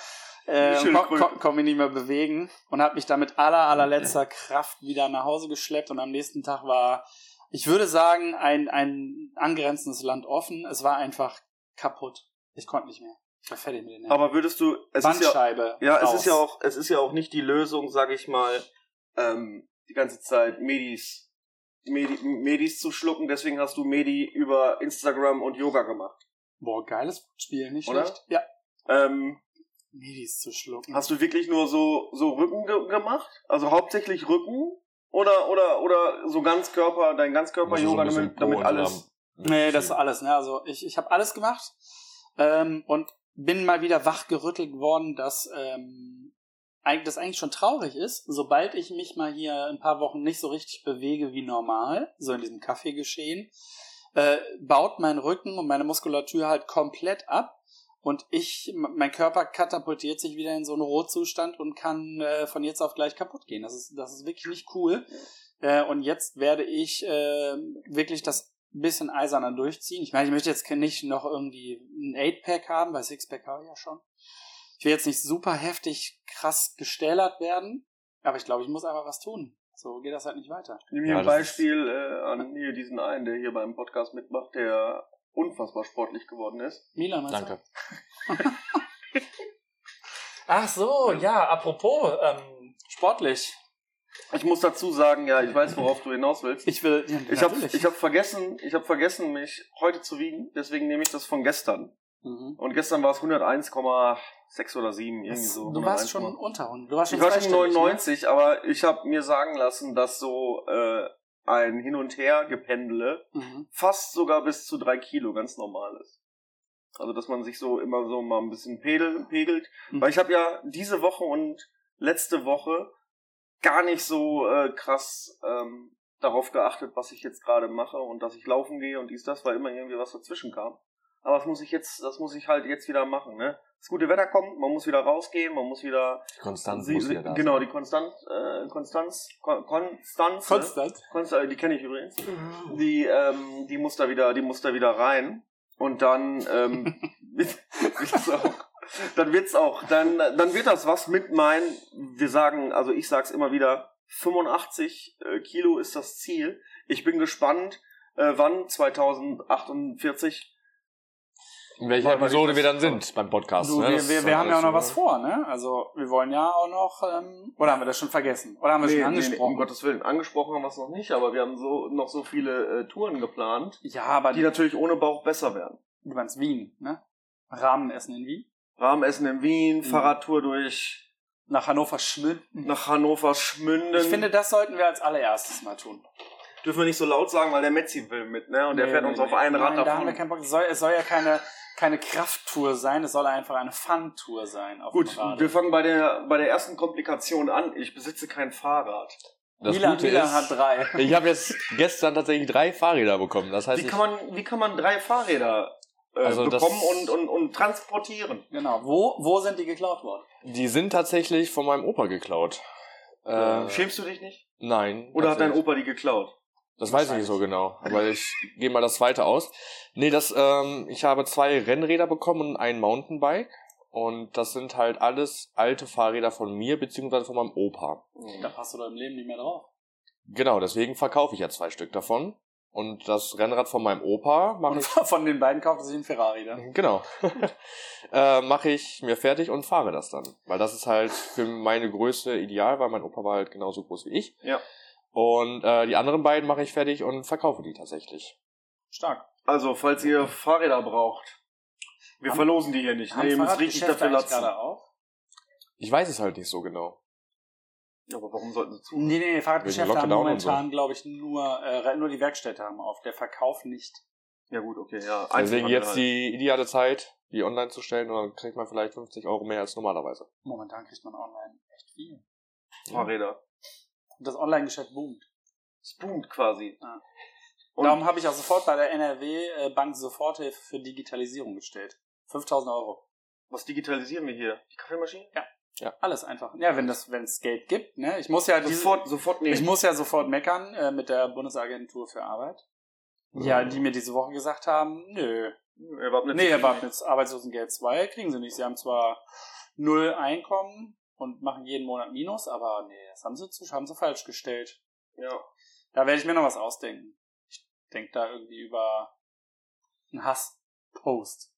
Speaker 3: Äh,
Speaker 2: Schöne
Speaker 3: ko ko
Speaker 2: Brücke.
Speaker 3: konnte mich nicht mehr bewegen und habe mich dann mit aller, allerletzter Kraft wieder nach Hause geschleppt und am nächsten Tag war, ich würde sagen, ein, ein angrenzendes Land offen. Es war einfach kaputt. Ich konnte nicht mehr. Ich war fertig mit den Nerven.
Speaker 2: Aber würdest du, es ist ja,
Speaker 3: Bandscheibe.
Speaker 2: ja, es
Speaker 3: raus.
Speaker 2: ist ja auch, es ist ja auch nicht die Lösung, sage ich mal, ähm, die ganze Zeit Medis, Medi, Medis zu schlucken. Deswegen hast du Medi über Instagram und Yoga gemacht.
Speaker 3: Boah, geiles Spiel, nicht
Speaker 2: Oder?
Speaker 3: schlecht. Ja.
Speaker 2: Ähm,
Speaker 3: Medis zu schlucken.
Speaker 2: hast du wirklich nur so so Rücken ge gemacht? Also hauptsächlich Rücken? Oder oder oder so Ganzkörper, dein Ganzkörper
Speaker 4: Musst du so
Speaker 2: Yoga,
Speaker 4: ein bisschen
Speaker 2: damit, damit
Speaker 4: Po
Speaker 2: alles.
Speaker 4: haben.
Speaker 3: Nee, das ist alles, ne? Also ich, ich habe alles gemacht ähm, und bin mal wieder wachgerüttelt worden, dass ähm, eigentlich, das eigentlich schon traurig ist, sobald ich mich mal hier ein paar Wochen nicht so richtig bewege wie normal, so in diesem Kaffee geschehen, äh, baut mein Rücken und meine Muskulatur halt komplett ab und ich, m- mein Körper katapultiert sich wieder in so einen Rohzustand und kann äh, von jetzt auf gleich kaputt gehen. Das ist, das ist wirklich nicht cool. Äh, und jetzt werde ich äh, wirklich das bisschen eiserner durchziehen. Ich meine, ich möchte jetzt ke- nicht noch irgendwie ein 8-Pack haben, weil Sixpack habe ich ja schon. Ich will jetzt nicht super heftig krass gestählert werden, aber ich glaube, ich muss einfach was tun. So geht das halt nicht weiter.
Speaker 2: Nimm hier
Speaker 4: Ja,
Speaker 2: ein
Speaker 4: das
Speaker 2: Beispiel äh, an hier diesen einen, der hier beim Podcast mitmacht, der unfassbar sportlich geworden ist.
Speaker 3: Milan, meinst du?
Speaker 4: Danke.
Speaker 5: Ach so, ja, apropos, ähm,
Speaker 3: Sportlich.
Speaker 2: Ich muss dazu sagen, ja, ich weiß, worauf du hinaus willst.
Speaker 3: Ich will.
Speaker 2: Ich habe
Speaker 3: Natürlich.
Speaker 2: ich hab vergessen, ich habe vergessen, mich heute zu wiegen. Deswegen nehme ich das von gestern.
Speaker 3: Mhm.
Speaker 2: Und gestern war es 101,6 oder 7 irgendwie
Speaker 3: Das,
Speaker 2: so.
Speaker 3: du warst
Speaker 2: 101,6.
Speaker 3: schon unter 100. Du warst schon
Speaker 2: Ich war schon
Speaker 3: zweistellig, ne?
Speaker 2: 99, aber ich habe mir sagen lassen, dass so äh, ein Hin und Her gependele
Speaker 3: Mhm.
Speaker 2: fast sogar bis zu drei Kilo ganz normal ist. Also dass man sich so immer so mal ein bisschen pedel, pegelt.
Speaker 4: Hm.
Speaker 3: Mhm.
Speaker 2: Weil ich habe ja diese Woche und letzte Woche gar nicht so äh, krass ähm, darauf geachtet, was ich jetzt gerade mache und dass ich laufen gehe und dies, das, weil immer irgendwie was dazwischen kam. Aber das muss ich jetzt, das muss ich halt jetzt wieder machen, ne? Das gute Wetter kommt, man muss wieder rausgehen, man muss wieder,
Speaker 4: Die Konstanz
Speaker 2: sie-
Speaker 4: muss
Speaker 2: sie-
Speaker 4: wieder da
Speaker 2: genau, die Konstant, äh, Konstanz, Kon Konstanz,
Speaker 3: Konstant.
Speaker 2: Konstanz, die kenne ich übrigens. Die, ähm, die muss da wieder, die muss da wieder rein. Und dann, <laughs> ähm, wird's auch, dann wird's auch, dann, dann wird das was mit meinen, wir sagen, also ich sag's immer wieder, 85 äh, Kilo ist das Ziel. Ich bin gespannt, äh, wann 2048.
Speaker 4: sein. In welcher
Speaker 2: Weil- weil
Speaker 4: Episode
Speaker 2: ich
Speaker 4: wir
Speaker 2: das-
Speaker 4: dann sind beim Podcast.
Speaker 3: Du,
Speaker 4: ne?
Speaker 3: wir
Speaker 4: Das
Speaker 3: wir,
Speaker 4: ist
Speaker 3: wir
Speaker 4: halt
Speaker 3: haben ja auch
Speaker 4: alles
Speaker 3: noch
Speaker 4: so-
Speaker 3: was vor, ne? Also wir wollen ja auch noch, ähm, oder haben wir das schon vergessen? Oder haben wir schon angesprochen?
Speaker 2: um Gottes Willen, angesprochen haben wir es noch nicht, aber wir haben so noch so viele äh, Touren geplant,
Speaker 3: ja, aber
Speaker 2: die natürlich ohne Bauch besser werden.
Speaker 3: du meinst Wien, ne? Rahmen essen in Wien.
Speaker 2: Rahmenessen in Wien,
Speaker 3: Mhm.
Speaker 2: Fahrradtour durch
Speaker 3: Nach Hannover schwinden.
Speaker 2: nach Hannover Schmünden.
Speaker 3: Ich finde, das sollten wir als allererstes mal tun.
Speaker 2: dürfen wir nicht so laut sagen, weil der Metzi will mit, ne? Und der
Speaker 3: Nee,
Speaker 2: fährt
Speaker 3: nee,
Speaker 2: uns
Speaker 3: nee.
Speaker 2: auf einen Rad
Speaker 3: Nein, da haben wir
Speaker 2: davon.
Speaker 3: keinen Bock. Es soll, es soll ja keine, keine Krafttour sein, es soll einfach eine Fun-Tour sein. Auf
Speaker 2: Gut,
Speaker 3: dem Rad.
Speaker 2: wir fangen bei der, bei der ersten Komplikation an. Ich besitze kein Fahrrad.
Speaker 4: Das
Speaker 3: Milan,
Speaker 4: Gute
Speaker 3: Milan
Speaker 4: ist,
Speaker 3: hat drei.
Speaker 4: ich habe jetzt gestern tatsächlich drei Fahrräder bekommen. Das
Speaker 3: Also
Speaker 4: heißt,
Speaker 2: Wie kann man, wie kann man drei Fahrräder äh,
Speaker 4: Also das-
Speaker 2: bekommen und, und, und transportieren?
Speaker 3: Genau. Wo, wo sind die geklaut worden?
Speaker 4: ich, die sind tatsächlich von meinem Opa geklaut. Äh,
Speaker 2: Schämst du dich nicht?
Speaker 4: Nein.
Speaker 2: Oder hat dein
Speaker 4: tatsächlich.
Speaker 2: Opa die geklaut?
Speaker 4: Das weiß ich nicht so genau, aber ich gehe mal das zweite aus. Nee, das, ähm, ich habe zwei Rennräder bekommen und ein Mountainbike. Und das sind halt alles alte Fahrräder von mir, beziehungsweise von meinem Opa.
Speaker 3: Da passt du doch im Leben nicht mehr drauf. <laughs>
Speaker 4: Genau, deswegen verkaufe ich ja zwei Stück davon. Und das Rennrad von meinem Opa mache
Speaker 3: Und Mhm.
Speaker 4: ich.
Speaker 3: von den beiden kauft sich ein Ferrari ne? dann.
Speaker 4: <laughs> Genau. äh, mache ich mir fertig und fahre das dann. Weil das ist halt für meine Größe ideal, weil mein Opa war halt genauso groß wie ich.
Speaker 2: Ja.
Speaker 4: Und äh, die anderen beiden mache ich fertig und verkaufe die tatsächlich.
Speaker 3: Stark.
Speaker 2: Also, falls ihr Fahrräder braucht, wir
Speaker 3: Haben-
Speaker 2: verlosen die hier nicht. Ne? Ihr müsst richtig
Speaker 3: Fahrradgeschäfte
Speaker 2: dafür
Speaker 3: eigentlich
Speaker 2: latzen.
Speaker 3: gerade auch?
Speaker 4: Ich weiß es halt nicht so genau.
Speaker 2: Aber warum sollten sie zu?
Speaker 3: Nee, nee, nee, Fahrradgeschäfte
Speaker 4: Wegen
Speaker 3: haben
Speaker 4: Lockdown und so.
Speaker 3: momentan, glaube ich, nur, äh, nur die Werkstätte haben auf. Der Verkauf nicht.
Speaker 2: Ja gut, okay, ja.
Speaker 4: Deswegen
Speaker 2: Einzelhandel
Speaker 4: jetzt
Speaker 2: halt.
Speaker 4: die ideale Zeit, die online zu stellen und dann kriegt man vielleicht 50 Euro mehr als normalerweise.
Speaker 3: Momentan kriegt man online echt viel.
Speaker 2: Fahrräder.
Speaker 3: Und das Online-Geschäft boomt.
Speaker 2: Es boomt quasi.
Speaker 3: Ja.
Speaker 2: Und-
Speaker 3: Darum habe ich auch sofort bei der NRW-Bank äh, Soforthilfe für Digitalisierung gestellt. 5000 Euro.
Speaker 2: Was digitalisieren wir hier? Die Kaffeemaschine?
Speaker 3: Ja.
Speaker 4: Ja.
Speaker 3: Alles einfach. Ja, wenn das, wenn es Geld gibt, ne? Ich muss ja diese,
Speaker 2: Sofort, sofort
Speaker 3: ich
Speaker 2: nehmen.
Speaker 3: muss ja sofort meckern äh, mit der Bundesagentur für Arbeit.
Speaker 4: Mhm.
Speaker 3: Ja,
Speaker 4: Ähm,
Speaker 3: die mir diese Woche gesagt haben, nö,
Speaker 2: Er war nicht-
Speaker 3: Nee, Herr Wagnitz, Arbeitslosengeld 2 kriegen sie nicht. Sie haben zwar null Einkommen und machen jeden Monat Minus, aber nee, das haben sie, zu, haben sie falsch gestellt.
Speaker 2: Ja.
Speaker 3: Da werde ich mir noch was ausdenken. Ich denke da irgendwie über einen Hasspost.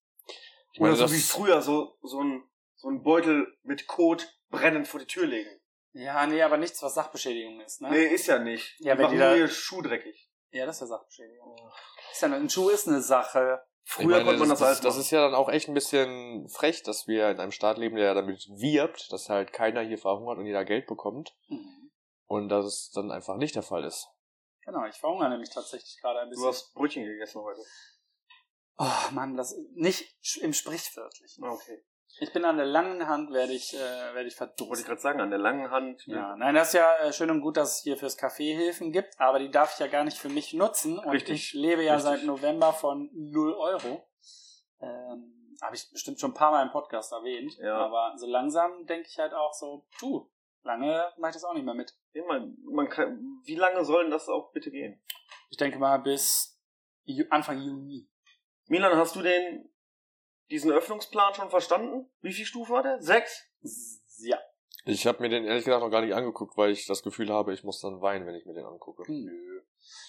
Speaker 4: Ich
Speaker 2: Oder
Speaker 4: meine,
Speaker 2: so
Speaker 4: Also das,
Speaker 2: wie früher, so, so ein, so ein Beutel mit Kot brennend vor die Tür legen.
Speaker 3: Ja, nee, aber nichts, was Sachbeschädigung ist, ne?
Speaker 2: Nee, ist ja nicht.
Speaker 3: Ja, wenn
Speaker 2: machen
Speaker 3: die da-
Speaker 2: nur ihr Schuh dreckig.
Speaker 3: Ja, das ist ja Sachbeschädigung. Ist ja, ein Schuh ist eine Sache.
Speaker 4: ich
Speaker 2: Früher
Speaker 4: meine,
Speaker 2: konnte man das,
Speaker 4: das, das,
Speaker 2: alles
Speaker 4: das
Speaker 2: machen.
Speaker 4: ist ja dann auch echt ein bisschen frech, dass wir in einem Staat leben, der ja damit wirbt, dass halt keiner hier verhungert und jeder Geld bekommt.
Speaker 3: Mhm.
Speaker 4: Und dass es dann einfach nicht der Fall ist.
Speaker 3: Genau, ich verhungere nämlich tatsächlich gerade ein
Speaker 2: Du
Speaker 3: bisschen.
Speaker 2: hast Brötchen gegessen heute.
Speaker 3: Oh Mann, das nicht im Sprichwörtlichen.
Speaker 2: Ah, Okay.
Speaker 3: Ich bin an der langen Hand, werde ich, äh, werde ich
Speaker 2: Wollte
Speaker 3: verdursten.
Speaker 2: ich gerade sagen, an der langen Hand.
Speaker 3: Ja, nein, das ist ja äh, schön und gut, dass es hier fürs Café Hilfen gibt, aber die darf ich ja gar nicht für mich nutzen. Und ich
Speaker 2: Richtig.
Speaker 3: lebe ja
Speaker 2: Richtig.
Speaker 3: seit November von 0 Euro. Ähm, Habe ich bestimmt schon ein paar Mal im Podcast erwähnt.
Speaker 2: Ja.
Speaker 3: Aber so langsam denke ich halt auch so, puh, lange mache ich das auch nicht mehr mit.
Speaker 2: Nee, Man, man kann, wie lange sollen das auch bitte gehen?
Speaker 3: Ich denke mal bis Ju Anfang Juni.
Speaker 2: Milan, hast du den, diesen Öffnungsplan schon verstanden? Wie viel Stufe hat er? Sechs?
Speaker 3: S- Ja.
Speaker 4: Ich habe mir den ehrlich gesagt noch gar nicht angeguckt, weil ich das Gefühl habe, ich muss dann weinen, wenn ich mir den angucke.
Speaker 2: Hm.
Speaker 3: Nö.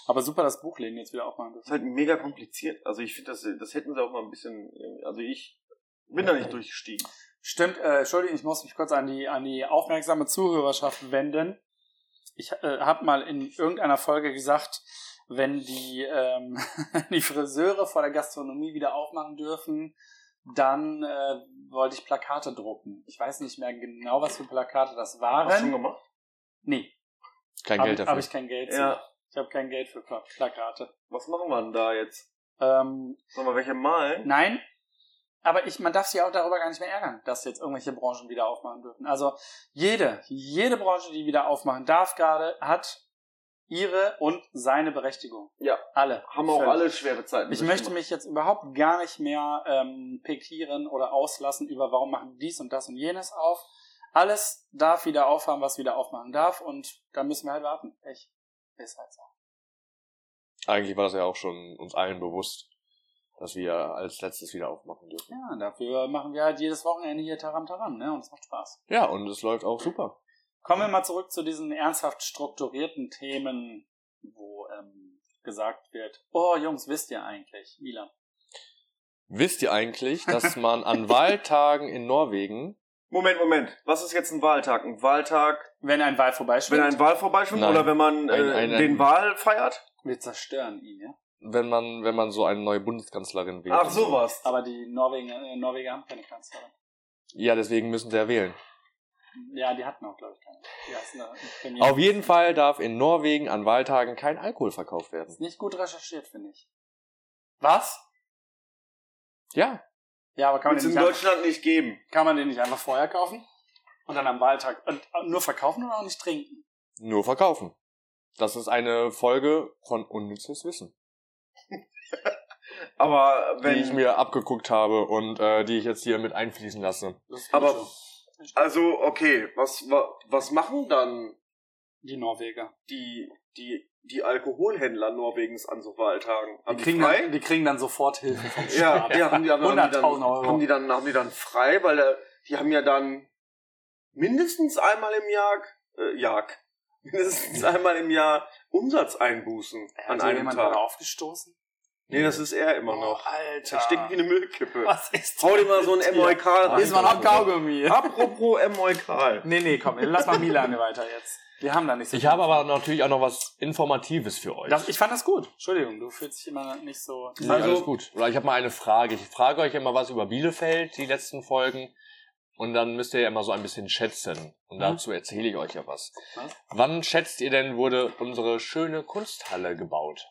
Speaker 3: Aber super, das Buchläden jetzt wieder aufmachen
Speaker 2: Das
Speaker 3: dürfen.
Speaker 2: ist halt mega kompliziert. Also ich finde, das, das hätten sie auch mal ein bisschen, also ich bin da nicht durchgestiegen.
Speaker 3: Stimmt, äh, Entschuldigung, ich muss mich kurz an die, an die aufmerksame Zuhörerschaft wenden. Ich äh, habe mal in irgendeiner Folge gesagt, wenn die, ähm, <laughs> die Friseure vor der Gastronomie wieder aufmachen dürfen, dann äh, wollte ich Plakate drucken. Ich weiß nicht mehr genau, was für Plakate das
Speaker 2: Hast du schon
Speaker 3: waren.
Speaker 2: gemacht?
Speaker 3: Nee,
Speaker 4: Kein
Speaker 3: habe
Speaker 4: Geld
Speaker 3: hab
Speaker 4: dafür.
Speaker 3: ich kein Geld.
Speaker 2: Ja.
Speaker 3: Zu. Ich habe kein Geld für Pla Plakate.
Speaker 2: Was machen wir denn da jetzt?
Speaker 3: Ähm,
Speaker 2: Sollen wir welche malen?
Speaker 3: Nein, aber ich, man darf sich auch darüber gar nicht mehr ärgern, dass jetzt irgendwelche Branchen wieder aufmachen dürfen. Also jede, jede Branche, die wieder aufmachen darf gerade, hat ihre und seine Berechtigung.
Speaker 2: Ja.
Speaker 3: Alle.
Speaker 2: Haben auch
Speaker 3: Völlig.
Speaker 2: alle schwere Zeiten.
Speaker 3: Ich möchte mich jetzt überhaupt gar nicht mehr ähm, pikieren oder auslassen über, warum machen dies und das und jenes auf. Alles darf wieder aufhaben, was wieder aufmachen darf und da müssen wir halt warten. Echt. Ist halt so.
Speaker 4: Eigentlich war das ja auch schon uns allen bewusst, dass wir als letztes wieder aufmachen dürfen.
Speaker 3: Ja, dafür machen wir halt jedes Wochenende hier Taram Taram, ne? Und es macht Spaß.
Speaker 4: Ja, und es läuft auch super.
Speaker 3: Kommen wir mal zurück zu diesen ernsthaft strukturierten Themen, wo ähm, gesagt wird, oh Jungs, wisst ihr eigentlich, Milan?
Speaker 4: Wisst
Speaker 2: <laughs>
Speaker 4: ihr eigentlich, dass man an Wahltagen in Norwegen,
Speaker 2: Moment, Moment. Was ist jetzt ein Wahltag? Ein Wahltag,
Speaker 3: Wenn ein Wahl vorbeischwimmt,
Speaker 2: wenn ein Wahl vorbeischwimmt
Speaker 4: Nein.
Speaker 2: oder wenn man äh,
Speaker 4: Ein- ein- ein-
Speaker 2: den Wahl feiert?
Speaker 3: wir zerstören ihn, ja?
Speaker 4: wenn man, wenn man so eine neue Bundeskanzlerin wählt?
Speaker 2: Ach,
Speaker 4: und
Speaker 2: sowas.
Speaker 3: Aber die Norweger, äh, Norweger haben keine Kanzlerin.
Speaker 4: Ja, deswegen müssen sie ja wählen.
Speaker 3: Ja, die hatten auch, glaube ich, keine. Die hatten eine Premier-
Speaker 4: Auf jeden Fall darf in Norwegen an Wahltagen kein Alkohol verkauft werden.
Speaker 3: Ist nicht gut recherchiert, finde ich. Was?
Speaker 4: Ja,
Speaker 3: Ja, aber kann man,
Speaker 2: Kann es
Speaker 3: den
Speaker 2: in
Speaker 3: nicht einfach,
Speaker 2: Deutschland nicht geben.
Speaker 3: kann man den nicht einfach vorher kaufen? Und dann am Wahltag. Und äh, nur verkaufen oder auch nicht trinken?
Speaker 4: nur verkaufen. Das ist eine Folge von unnützes Wissen,
Speaker 2: Aber
Speaker 4: die ich
Speaker 2: wenn,
Speaker 4: mir abgeguckt habe und äh, die ich jetzt hier mit einfließen lasse.
Speaker 3: Das ist gut
Speaker 2: Aber-
Speaker 3: so.
Speaker 2: also okay, was wa- was machen dann
Speaker 3: Die Norweger.
Speaker 2: die die die Alkoholhändler Norwegens an so Wahltagen? Haben
Speaker 3: Die kriegen,
Speaker 2: frei?
Speaker 3: dann, die kriegen dann sofort Hilfe
Speaker 2: <laughs>
Speaker 3: vom <laughs>
Speaker 2: Ja,
Speaker 3: Staat.
Speaker 2: ja, haben die dann, haben die
Speaker 3: 100.000
Speaker 2: dann,
Speaker 3: Euro.
Speaker 2: haben die dann, haben die dann frei, weil da, die haben ja dann mindestens einmal im Jahr, äh, Jahr, <laughs> mindestens einmal im Jahr Umsatzeinbußen an
Speaker 3: Hat hier
Speaker 2: einem
Speaker 3: also jemand
Speaker 2: Tag.
Speaker 3: gerade aufgestoßen? Oh,
Speaker 2: Nee, das ist er immer noch.
Speaker 3: Alter.
Speaker 2: Er stinkt wie eine Müllkippe.
Speaker 3: Was ist
Speaker 2: Hau dir mal so ein
Speaker 3: mit
Speaker 2: MOK
Speaker 3: dir? Ist man
Speaker 2: rein.
Speaker 3: noch Kaugummi?
Speaker 2: <laughs> Apropos
Speaker 3: <laughs>
Speaker 2: MOK.
Speaker 3: Nee, nee, komm, lass mal Milan weiter jetzt. Wir haben da nicht so
Speaker 4: Ich
Speaker 3: viel.
Speaker 4: habe aber natürlich auch noch was Informatives für euch.
Speaker 3: Das, ich fand das gut. Entschuldigung, du fühlst dich immer nicht so.
Speaker 4: Nee, alles gut. Also, Oder ich habe mal eine Frage. Ich frage euch immer was über Bielefeld, die letzten Folgen. Und dann müsst ihr ja immer so ein bisschen schätzen. Und dazu erzähle ich euch ja Mhm. was.
Speaker 3: Was?
Speaker 4: Wann schätzt ihr denn, wurde unsere schöne Kunsthalle gebaut?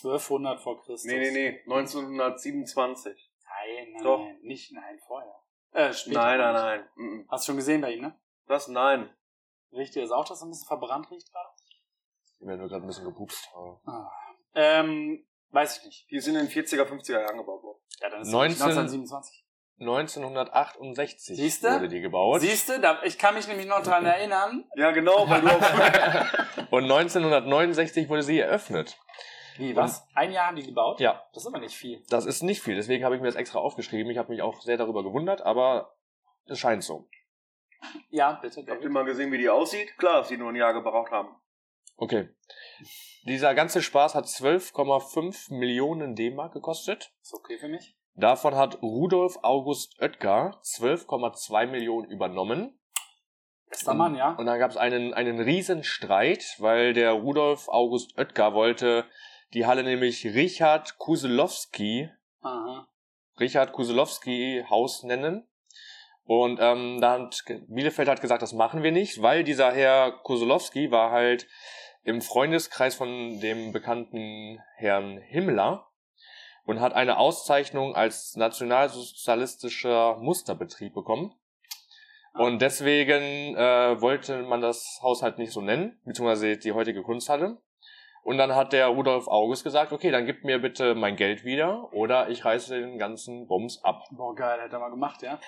Speaker 3: 1200 vor Christus.
Speaker 2: Nee, nee, nee, 1927.
Speaker 3: Nein, nein,
Speaker 2: Doch.
Speaker 3: nein. Nicht, nein, vorher. Äh, später.
Speaker 2: Nein, nein, nein. mhm.
Speaker 3: Hast du schon gesehen bei ihm, ne?
Speaker 2: Das nein.
Speaker 3: Riecht dir das auch, dass es ein bisschen verbrannt riecht gerade?
Speaker 4: Ich werde nur gerade ein bisschen gepupst. aber-
Speaker 3: Ah. Ähm, weiß ich nicht.
Speaker 2: Die sind in den 40er, 50er Jahren gebaut worden.
Speaker 3: Ja, dann ist es
Speaker 4: 19
Speaker 3: 1927.
Speaker 4: 1968
Speaker 3: Siehste?
Speaker 4: wurde die gebaut.
Speaker 3: Siehst du, da, ich kann mich nämlich noch dran erinnern.
Speaker 2: Ja, genau, weil
Speaker 3: <laughs>
Speaker 2: du auf,
Speaker 4: Und 1969 wurde sie eröffnet.
Speaker 3: Wie, was? Ein Jahr haben die gebaut?
Speaker 4: Ja,
Speaker 3: Das ist aber nicht viel.
Speaker 4: das ist nicht viel. Deswegen habe ich mir das extra aufgeschrieben. Ich habe mich auch sehr darüber gewundert, aber es scheint so.
Speaker 3: Ja, bitte,
Speaker 2: habt ihr
Speaker 3: David.
Speaker 2: mal gesehen, wie die aussieht? Klar, dass die nur ein Jahr gebraucht haben.
Speaker 4: Okay. Dieser ganze Spaß hat 12,5 Millionen D-Mark gekostet.
Speaker 3: Ist okay für mich.
Speaker 4: Davon hat Rudolf August Oetker 12,2 Millionen übernommen.
Speaker 3: Bester Mann, ja.
Speaker 4: Und dann gab es einen, einen riesen Streit, weil der Rudolf August Oetker wollte die Halle nämlich Richard Kuselowski,
Speaker 3: Aha.
Speaker 4: Richard Kuselowski Haus nennen. Und ähm, da hat ge- Bielefeld hat gesagt, das machen wir nicht, weil dieser Herr Kuselowski war halt im Freundeskreis von dem bekannten Herrn Himmler und hat eine Auszeichnung als nationalsozialistischer Musterbetrieb bekommen. Und deswegen äh, wollte man das Haus halt nicht so nennen, beziehungsweise die heutige Kunsthalle. Und dann hat der Rudolf August gesagt, okay, dann gib mir bitte mein Geld wieder oder ich reiße den ganzen Bums ab.
Speaker 3: Boah, geil, hat er mal gemacht, ja.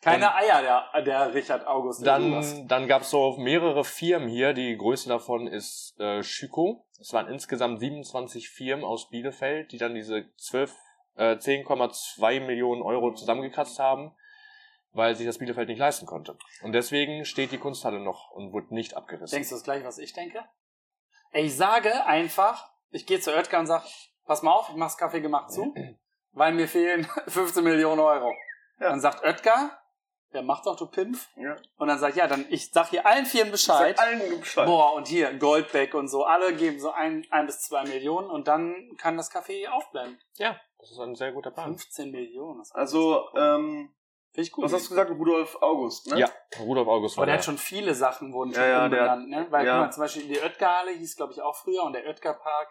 Speaker 3: Keine Eier, der, der Richard August. der Jonas.
Speaker 4: Dann, dann gab es so mehrere Firmen hier. Die größte davon ist äh, Schüko. Es waren insgesamt 27 Firmen aus Bielefeld, die dann diese 12, äh, 10,2 Millionen Euro zusammengekratzt haben, weil sich das Bielefeld nicht leisten konnte. Und deswegen steht die Kunsthalle noch und wurde nicht abgerissen.
Speaker 3: Denkst du das gleiche, was ich denke? Ey, Ich sage einfach, ich gehe zu Oetker und sag, pass mal auf, ich mach's Kaffee gemacht zu, weil mir fehlen <laughs> 15 Millionen Euro.
Speaker 2: Ja.
Speaker 3: Dann sagt Oetker, der macht doch, du Pimpf.
Speaker 2: Ja.
Speaker 3: Und dann sagt, ja, dann ich sag hier allen Firmen Bescheid.
Speaker 2: Seit allen Bescheid.
Speaker 3: Boah, und hier, Goldbeck und so, alle geben so ein, ein bis zwei Millionen und dann kann das Café aufbleiben.
Speaker 4: Ja, das ist ein sehr guter Plan.
Speaker 3: 15 Millionen. Das
Speaker 2: Also, ähm,
Speaker 3: finde ich gut.
Speaker 2: was hast du gesagt? Rudolf August, ne?
Speaker 4: Ja, Rudolf August
Speaker 3: Aber
Speaker 4: war
Speaker 3: der
Speaker 4: der.
Speaker 3: hat schon viele Sachen wurden
Speaker 2: Ja,
Speaker 3: schon
Speaker 2: ja, der
Speaker 3: umbenannt, ne? Weil
Speaker 2: ja.
Speaker 3: guck mal, zum Beispiel die Oetker-Halle hieß, glaube ich, auch früher und der Oetker-Park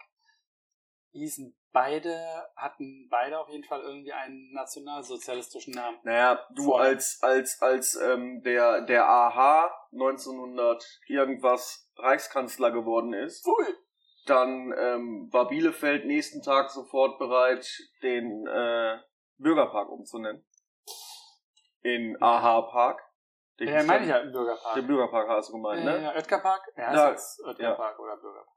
Speaker 3: hießen beide, hatten beide auf jeden Fall irgendwie einen nationalsozialistischen Namen.
Speaker 2: Naja, du
Speaker 3: Voll.
Speaker 2: als, als, als ähm, der, der AH 1900 irgendwas Reichskanzler geworden ist,
Speaker 3: Cool.
Speaker 2: dann ähm, war Bielefeld nächsten Tag sofort bereit, den äh, Bürgerpark umzunennen. In AH-Park. Den
Speaker 3: Ja,
Speaker 2: gibt's
Speaker 3: meine ich
Speaker 2: dann-
Speaker 3: ja im Bürgerpark.
Speaker 2: Den Bürgerpark hast du gemeint,
Speaker 3: ja,
Speaker 2: ne?
Speaker 3: ja, Oetker-Park? Ja,
Speaker 2: Ja.
Speaker 3: ist jetzt Oetker-Park oder Bürgerpark.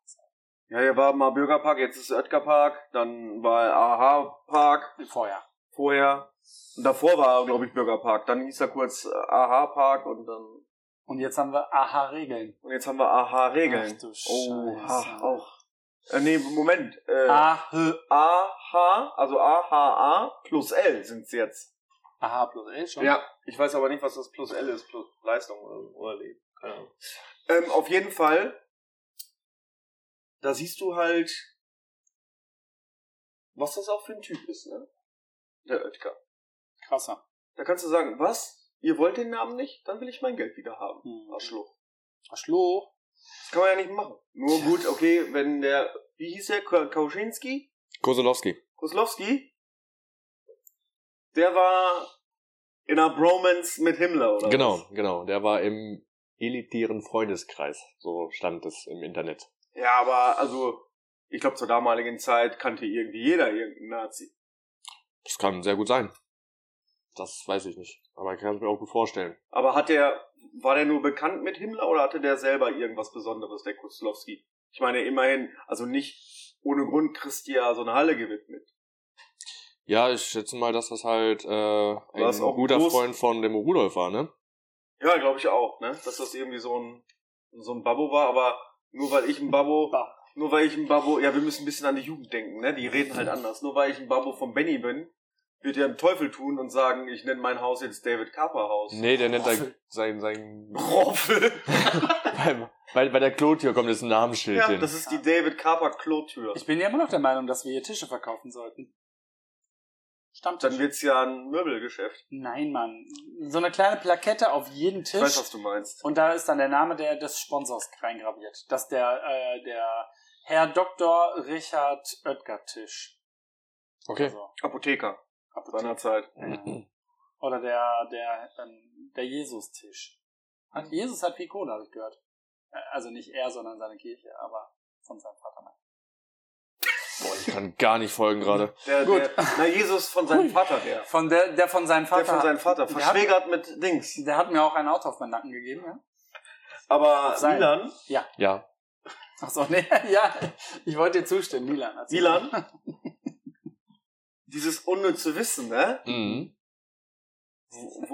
Speaker 2: Ja, hier war mal Bürgerpark, jetzt ist Oetkerpark, dann war AH-Park
Speaker 3: Vorher.
Speaker 2: vorher. Und davor war, glaube ich, Bürgerpark. Dann hieß er kurz äh, AH-Park und dann
Speaker 3: Und jetzt haben wir AHA-Regeln.
Speaker 2: Und jetzt haben wir AHA-Regeln.
Speaker 3: Ach du
Speaker 2: Oh,
Speaker 3: Scheiße.
Speaker 2: ha, auch. Äh, nee, Moment. Äh,
Speaker 3: AH.
Speaker 2: AH, also AHA plus L sind's jetzt.
Speaker 3: AH plus L schon.
Speaker 2: Ja, ich weiß aber nicht, was das plus L ist, plus Leistung oder, oder Leben. Keine Ahnung. Ähm, auf jeden Fall, da siehst du halt, was das auch für ein Typ ist, ne? Der Oetker.
Speaker 3: Krasser.
Speaker 2: Da kannst du sagen, was? Ihr wollt den Namen nicht? Dann will ich mein Geld wieder haben.
Speaker 3: Hm.
Speaker 2: Arschloch.
Speaker 3: Schlo.
Speaker 2: Das kann man ja nicht machen. Nur gut, okay, wenn der, wie hieß der, Ka- Kauschinski?
Speaker 4: Kosolowski.
Speaker 2: Koslowski? Der war in einer Bromance mit Himmler, oder?
Speaker 4: Genau,
Speaker 2: Was?
Speaker 4: genau. Der war im elitären Freundeskreis. So stand es im Internet.
Speaker 2: Ja, aber also, ich glaube, zur damaligen Zeit kannte irgendwie jeder irgendeinen Nazi.
Speaker 4: Das kann sehr gut sein. Das weiß ich nicht. Aber ich kann es mir auch gut vorstellen.
Speaker 2: Aber hat der, war der nur bekannt mit Himmler oder hatte der selber irgendwas Besonderes, der Koslowski? Ich meine, immerhin, also nicht ohne Grund Christia so eine Halle gewidmet.
Speaker 4: Ja, ich schätze mal, dass das halt äh,
Speaker 2: das
Speaker 4: ein
Speaker 2: ist auch
Speaker 4: guter
Speaker 2: groß.
Speaker 4: Freund von dem Rudolf war, ne?
Speaker 2: Ja, glaube ich auch, ne? Dass das irgendwie so ein, so ein Babbo war, aber nur weil ich
Speaker 3: <laughs>
Speaker 2: ein Babbo,
Speaker 3: Ba-
Speaker 2: nur weil ich ein Babbo, ja, wir müssen ein bisschen an die Jugend denken, ne? Die reden halt anders. Nur weil ich ein Babbo von Benny bin, wird er im Teufel tun und sagen, ich nenne mein Haus jetzt David Carper Haus.
Speaker 4: Nee, der nennt <laughs> sein, sein, sein
Speaker 2: Roffel.
Speaker 4: bei, bei, bei der Klotür kommt jetzt ein Namensschild
Speaker 2: Ja,
Speaker 4: hin.
Speaker 2: das ist die David Carper Klotür.
Speaker 3: Ich bin ja immer noch der Meinung, dass wir hier Tische verkaufen sollten. Stammtisch.
Speaker 2: Dann wird's ja ein Möbelgeschäft.
Speaker 3: Nein, Mann. So eine kleine Plakette auf jeden
Speaker 2: Ich
Speaker 3: Tisch.
Speaker 2: weiß, was du meinst.
Speaker 3: und da ist dann der Name der, des Sponsors reingraviert. Das ist der, äh, der Herr Dr. Richard Oetker Tisch.
Speaker 4: okay.
Speaker 3: Also,
Speaker 2: Apotheker
Speaker 3: Apotheke.
Speaker 2: seiner Zeit.
Speaker 3: Äh, Oder der, der, ähm, der Jesus-Tisch.
Speaker 2: Ah.
Speaker 3: Hat- Jesus hat viel Kohle, habe ich gehört. Äh, Also nicht er, sondern seine Kirche, aber von seinem Vater.
Speaker 4: Boah, ich kann gar nicht folgen gerade.
Speaker 2: Der,
Speaker 3: Gut.
Speaker 2: Der, na, Jesus von seinem Vater, der.
Speaker 3: Von der, der von seinem Vater.
Speaker 2: Der von seinem Vater.
Speaker 3: Der hat,
Speaker 2: Verschwägert mit Dings.
Speaker 3: der hat mir auch einen Auto auf meinen Nacken gegeben, ja?
Speaker 2: Aber
Speaker 3: Sein.
Speaker 2: Milan,
Speaker 4: Ja.
Speaker 3: Achso, nee, <laughs> ja. Ich wollte dir zustimmen, Milan. erzähl.
Speaker 4: <laughs>
Speaker 2: Milan, dieses unnütze Wissen, ne?
Speaker 4: Mhm.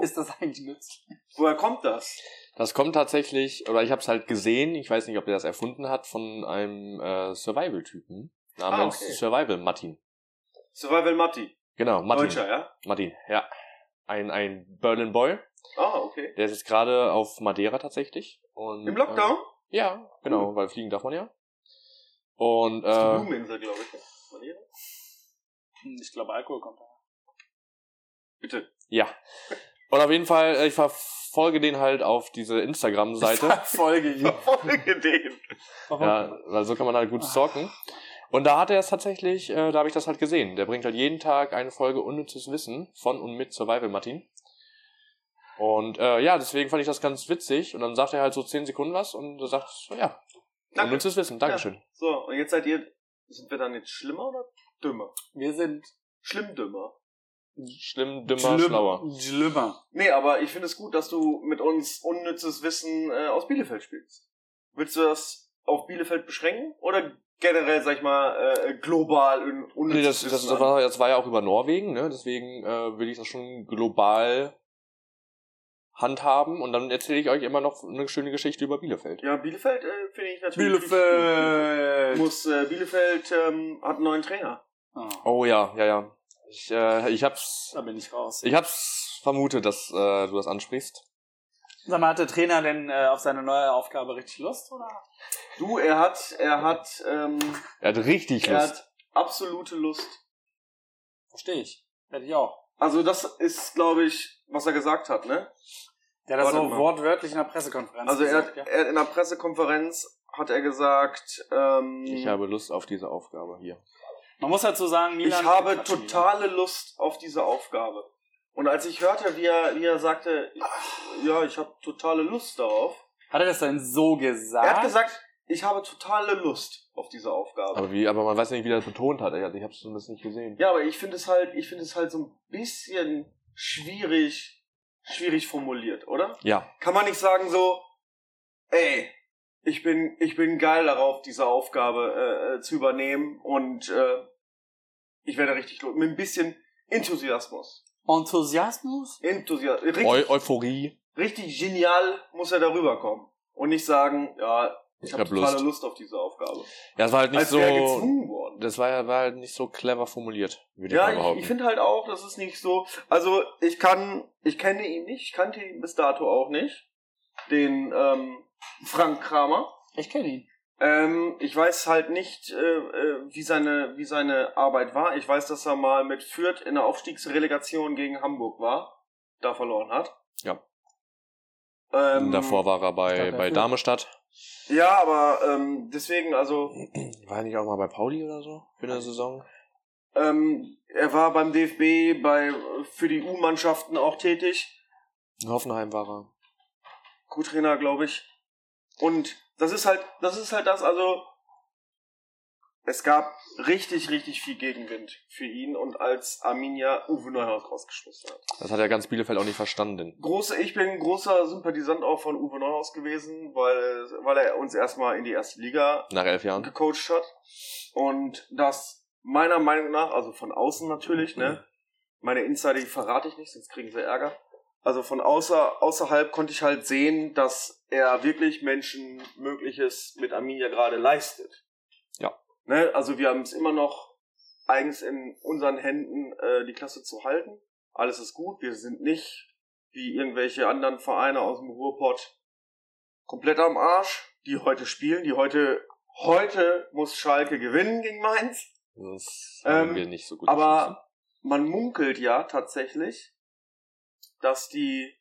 Speaker 3: Ist das eigentlich nützlich?
Speaker 2: Woher kommt das?
Speaker 4: Das kommt tatsächlich, oder ich habe es halt gesehen, ich weiß nicht, ob er das erfunden hat, von einem äh, Survival-Typen namens
Speaker 2: Ah, okay.
Speaker 4: Survival Martin.
Speaker 2: Survival Matti.
Speaker 4: Genau, Martin.
Speaker 2: Deutscher, ja?
Speaker 4: Martin, ja. Ein, ein Berlin Boy.
Speaker 2: Ah, okay.
Speaker 4: Der ist jetzt gerade auf Madeira tatsächlich. Und,
Speaker 2: Im Lockdown?
Speaker 4: Äh, ja, genau, weil fliegen darf man ja. Und
Speaker 2: Das ist die
Speaker 4: äh,
Speaker 2: Blumeninsel, glaube ich.
Speaker 3: Hm, Ich glaube, Alkohol kommt da.
Speaker 4: <laughs>
Speaker 2: Bitte.
Speaker 4: ja. Und auf jeden Fall, äh, ich verfolge den halt auf
Speaker 2: <laughs>
Speaker 4: diese Instagram-Seite.
Speaker 3: <laughs> Folge ihm.
Speaker 2: Folge den.
Speaker 4: ja, weil so kann man halt
Speaker 2: Ah.
Speaker 4: gut stalken. Und da hat er es tatsächlich, äh, da habe ich das halt gesehen. Der bringt halt jeden Tag eine Folge unnützes Wissen von und mit Survival Martin. Und äh, ja, deswegen fand ich das ganz witzig. Und dann sagt er halt so 10 Sekunden was und du sagst, ja,
Speaker 2: Danke.
Speaker 4: unnützes Wissen, Dankeschön.
Speaker 2: So, und jetzt seid ihr. Sind wir dann jetzt schlimmer oder dümmer?
Speaker 3: Wir sind
Speaker 2: Schlimm dümmer.
Speaker 4: Schlimm, dümmer, schlauer.
Speaker 3: Schlimmer.
Speaker 2: Nee, aber ich finde es gut, dass du mit uns unnützes Wissen äh, aus Bielefeld spielst. Willst du das auf Bielefeld beschränken? Oder generell, sag ich mal, äh, global in unnützes
Speaker 4: Nee, das, das,
Speaker 2: Wissen?
Speaker 4: das,
Speaker 2: an?
Speaker 4: war, das war ja auch über Norwegen, ne? deswegen äh, will ich das schon global handhaben und dann erzähle ich euch immer noch eine schöne Geschichte über Bielefeld.
Speaker 2: ja, Bielefeld äh, finde ich natürlich.
Speaker 3: Bielefeld.
Speaker 2: Muss, äh, Bielefeld ähm, hat einen neuen Trainer.
Speaker 3: Oh,
Speaker 4: Oh ja, ja, ja. Ich, äh, ich hab's
Speaker 3: da bin ich raus.
Speaker 4: Ich hab's vermutet, dass äh, du das ansprichst.
Speaker 3: Sag mal, hat der Trainer denn äh, auf seine neue Aufgabe richtig Lust, oder?
Speaker 2: Du, er hat, er hat, ähm,
Speaker 4: Er hat richtig
Speaker 2: er
Speaker 4: Lust.
Speaker 2: hat absolute Lust.
Speaker 3: Verstehe ich. Hätte ich auch.
Speaker 2: Also das ist, glaube ich, was er gesagt hat, ne?
Speaker 3: Der hat das
Speaker 2: Warte
Speaker 3: so
Speaker 2: mal.
Speaker 3: wortwörtlich in der Pressekonferenz
Speaker 2: Also er
Speaker 3: gesagt,
Speaker 2: hat,
Speaker 3: ja.
Speaker 2: er hat in der Pressekonferenz hat er gesagt, ähm,
Speaker 4: Ich habe Lust auf diese Aufgabe hier.
Speaker 3: Man muss dazu sagen,
Speaker 2: ich
Speaker 3: Milan...
Speaker 2: habe
Speaker 3: Quatsch,
Speaker 2: totale Lust auf diese Aufgabe. Und als ich hörte, wie er, wie er sagte, ja, ich habe totale Lust darauf.
Speaker 3: Milan. Hat er das denn so gesagt?
Speaker 2: Er hat gesagt, ich habe totale Lust auf diese Aufgabe.
Speaker 4: Aber, wie, aber man weiß nicht, wie er das betont hat. Also Ich, ich hab's zumindest nicht gesehen.
Speaker 2: ja, aber ich finde es halt, ich finde es halt so ein bisschen schwierig, schwierig formuliert, oder?
Speaker 4: Ja.
Speaker 2: Kann man nicht sagen so, ey, ich bin, ich bin geil darauf, diese Aufgabe äh, äh, zu übernehmen und äh, ich werde richtig los. Mit ein bisschen Enthusiasmus.
Speaker 3: Enthusiasmus?
Speaker 2: Enthusiasmus.
Speaker 4: Eu
Speaker 2: Richtig,
Speaker 4: Euphorie.
Speaker 2: richtig genial muss er darüber kommen. Und nicht sagen, ja, ich habe
Speaker 4: hab
Speaker 2: hab totale Lust. auf diese Aufgabe.
Speaker 4: Ja, das war halt nicht
Speaker 2: Als wäre er
Speaker 4: so.
Speaker 2: gezwungen worden.
Speaker 4: Das war, ja- war halt nicht so clever formuliert, würde ich mal
Speaker 2: Ja, ich,
Speaker 4: behaupten.
Speaker 2: ich finde halt auch, das ist nicht so. Also ich kann, ich kenne ihn nicht, ich kannte ihn bis dato auch nicht. Den ähm, Frank Kramer.
Speaker 3: Ich kenne ihn.
Speaker 2: Ähm, ich weiß halt nicht, äh, äh, wie, seine, wie seine Arbeit war. Ich weiß, dass er mal mit Fürth in der Aufstiegsrelegation gegen Hamburg war, da verloren hat.
Speaker 4: Ja.
Speaker 2: Ähm,
Speaker 4: Davor war er
Speaker 3: Ich
Speaker 4: bei,
Speaker 3: glaub,
Speaker 4: bei
Speaker 3: dafür-
Speaker 4: Darmstadt.
Speaker 2: Ja, aber ähm, deswegen, also,
Speaker 4: <clears throat> War er nicht auch mal bei Pauli oder so für eine Saison?
Speaker 2: ähm, er war beim DFB bei, für die U-Mannschaften auch tätig.
Speaker 4: In Hoffenheim war er.
Speaker 2: Co-Trainer, glaube ich. Und das ist halt, das ist halt das, also es gab richtig, richtig viel Gegenwind für ihn und als Arminia Uwe Neuhaus rausgeschmissen hat.
Speaker 4: Das hat ja ganz Bielefeld auch nicht verstanden.
Speaker 2: Große, ich bin ein großer Sympathisant auch von Uwe Neuhaus gewesen, weil, weil er uns erstmal in die erste Liga
Speaker 4: Nach elf Jahren.
Speaker 2: gecoacht hat. Und das meiner Meinung nach, also von außen natürlich, ne? Meine Insider, die verrate ich nicht, sonst kriegen sie Ärger. Also von außer, außerhalb konnte ich halt sehen, dass er wirklich Menschen Mögliches mit Arminia gerade leistet.
Speaker 4: Ja.
Speaker 2: Ne? Also wir haben es immer noch eigens in unseren Händen, äh, die Klasse zu halten. Alles ist gut, wir sind nicht wie irgendwelche anderen Vereine aus dem Ruhrpott komplett am Arsch, die heute spielen, die heute Heute muss Schalke gewinnen gegen Mainz,
Speaker 4: Das haben
Speaker 2: Ähm,
Speaker 4: wir nicht so gut geschossen.
Speaker 2: aber man munkelt ja tatsächlich, dass die,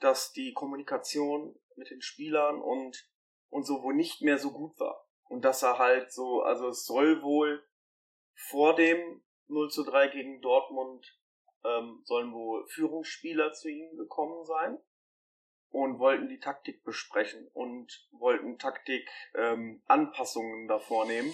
Speaker 2: dass die Kommunikation mit den Spielern und, und so wohl nicht mehr so gut war. Und dass er halt so, also es soll wohl vor dem 0 zu 3 gegen Dortmund, ähm, sollen wohl Führungsspieler zu ihm gekommen sein und wollten die Taktik besprechen und wollten Taktik ähm, Anpassungen da vornehmen.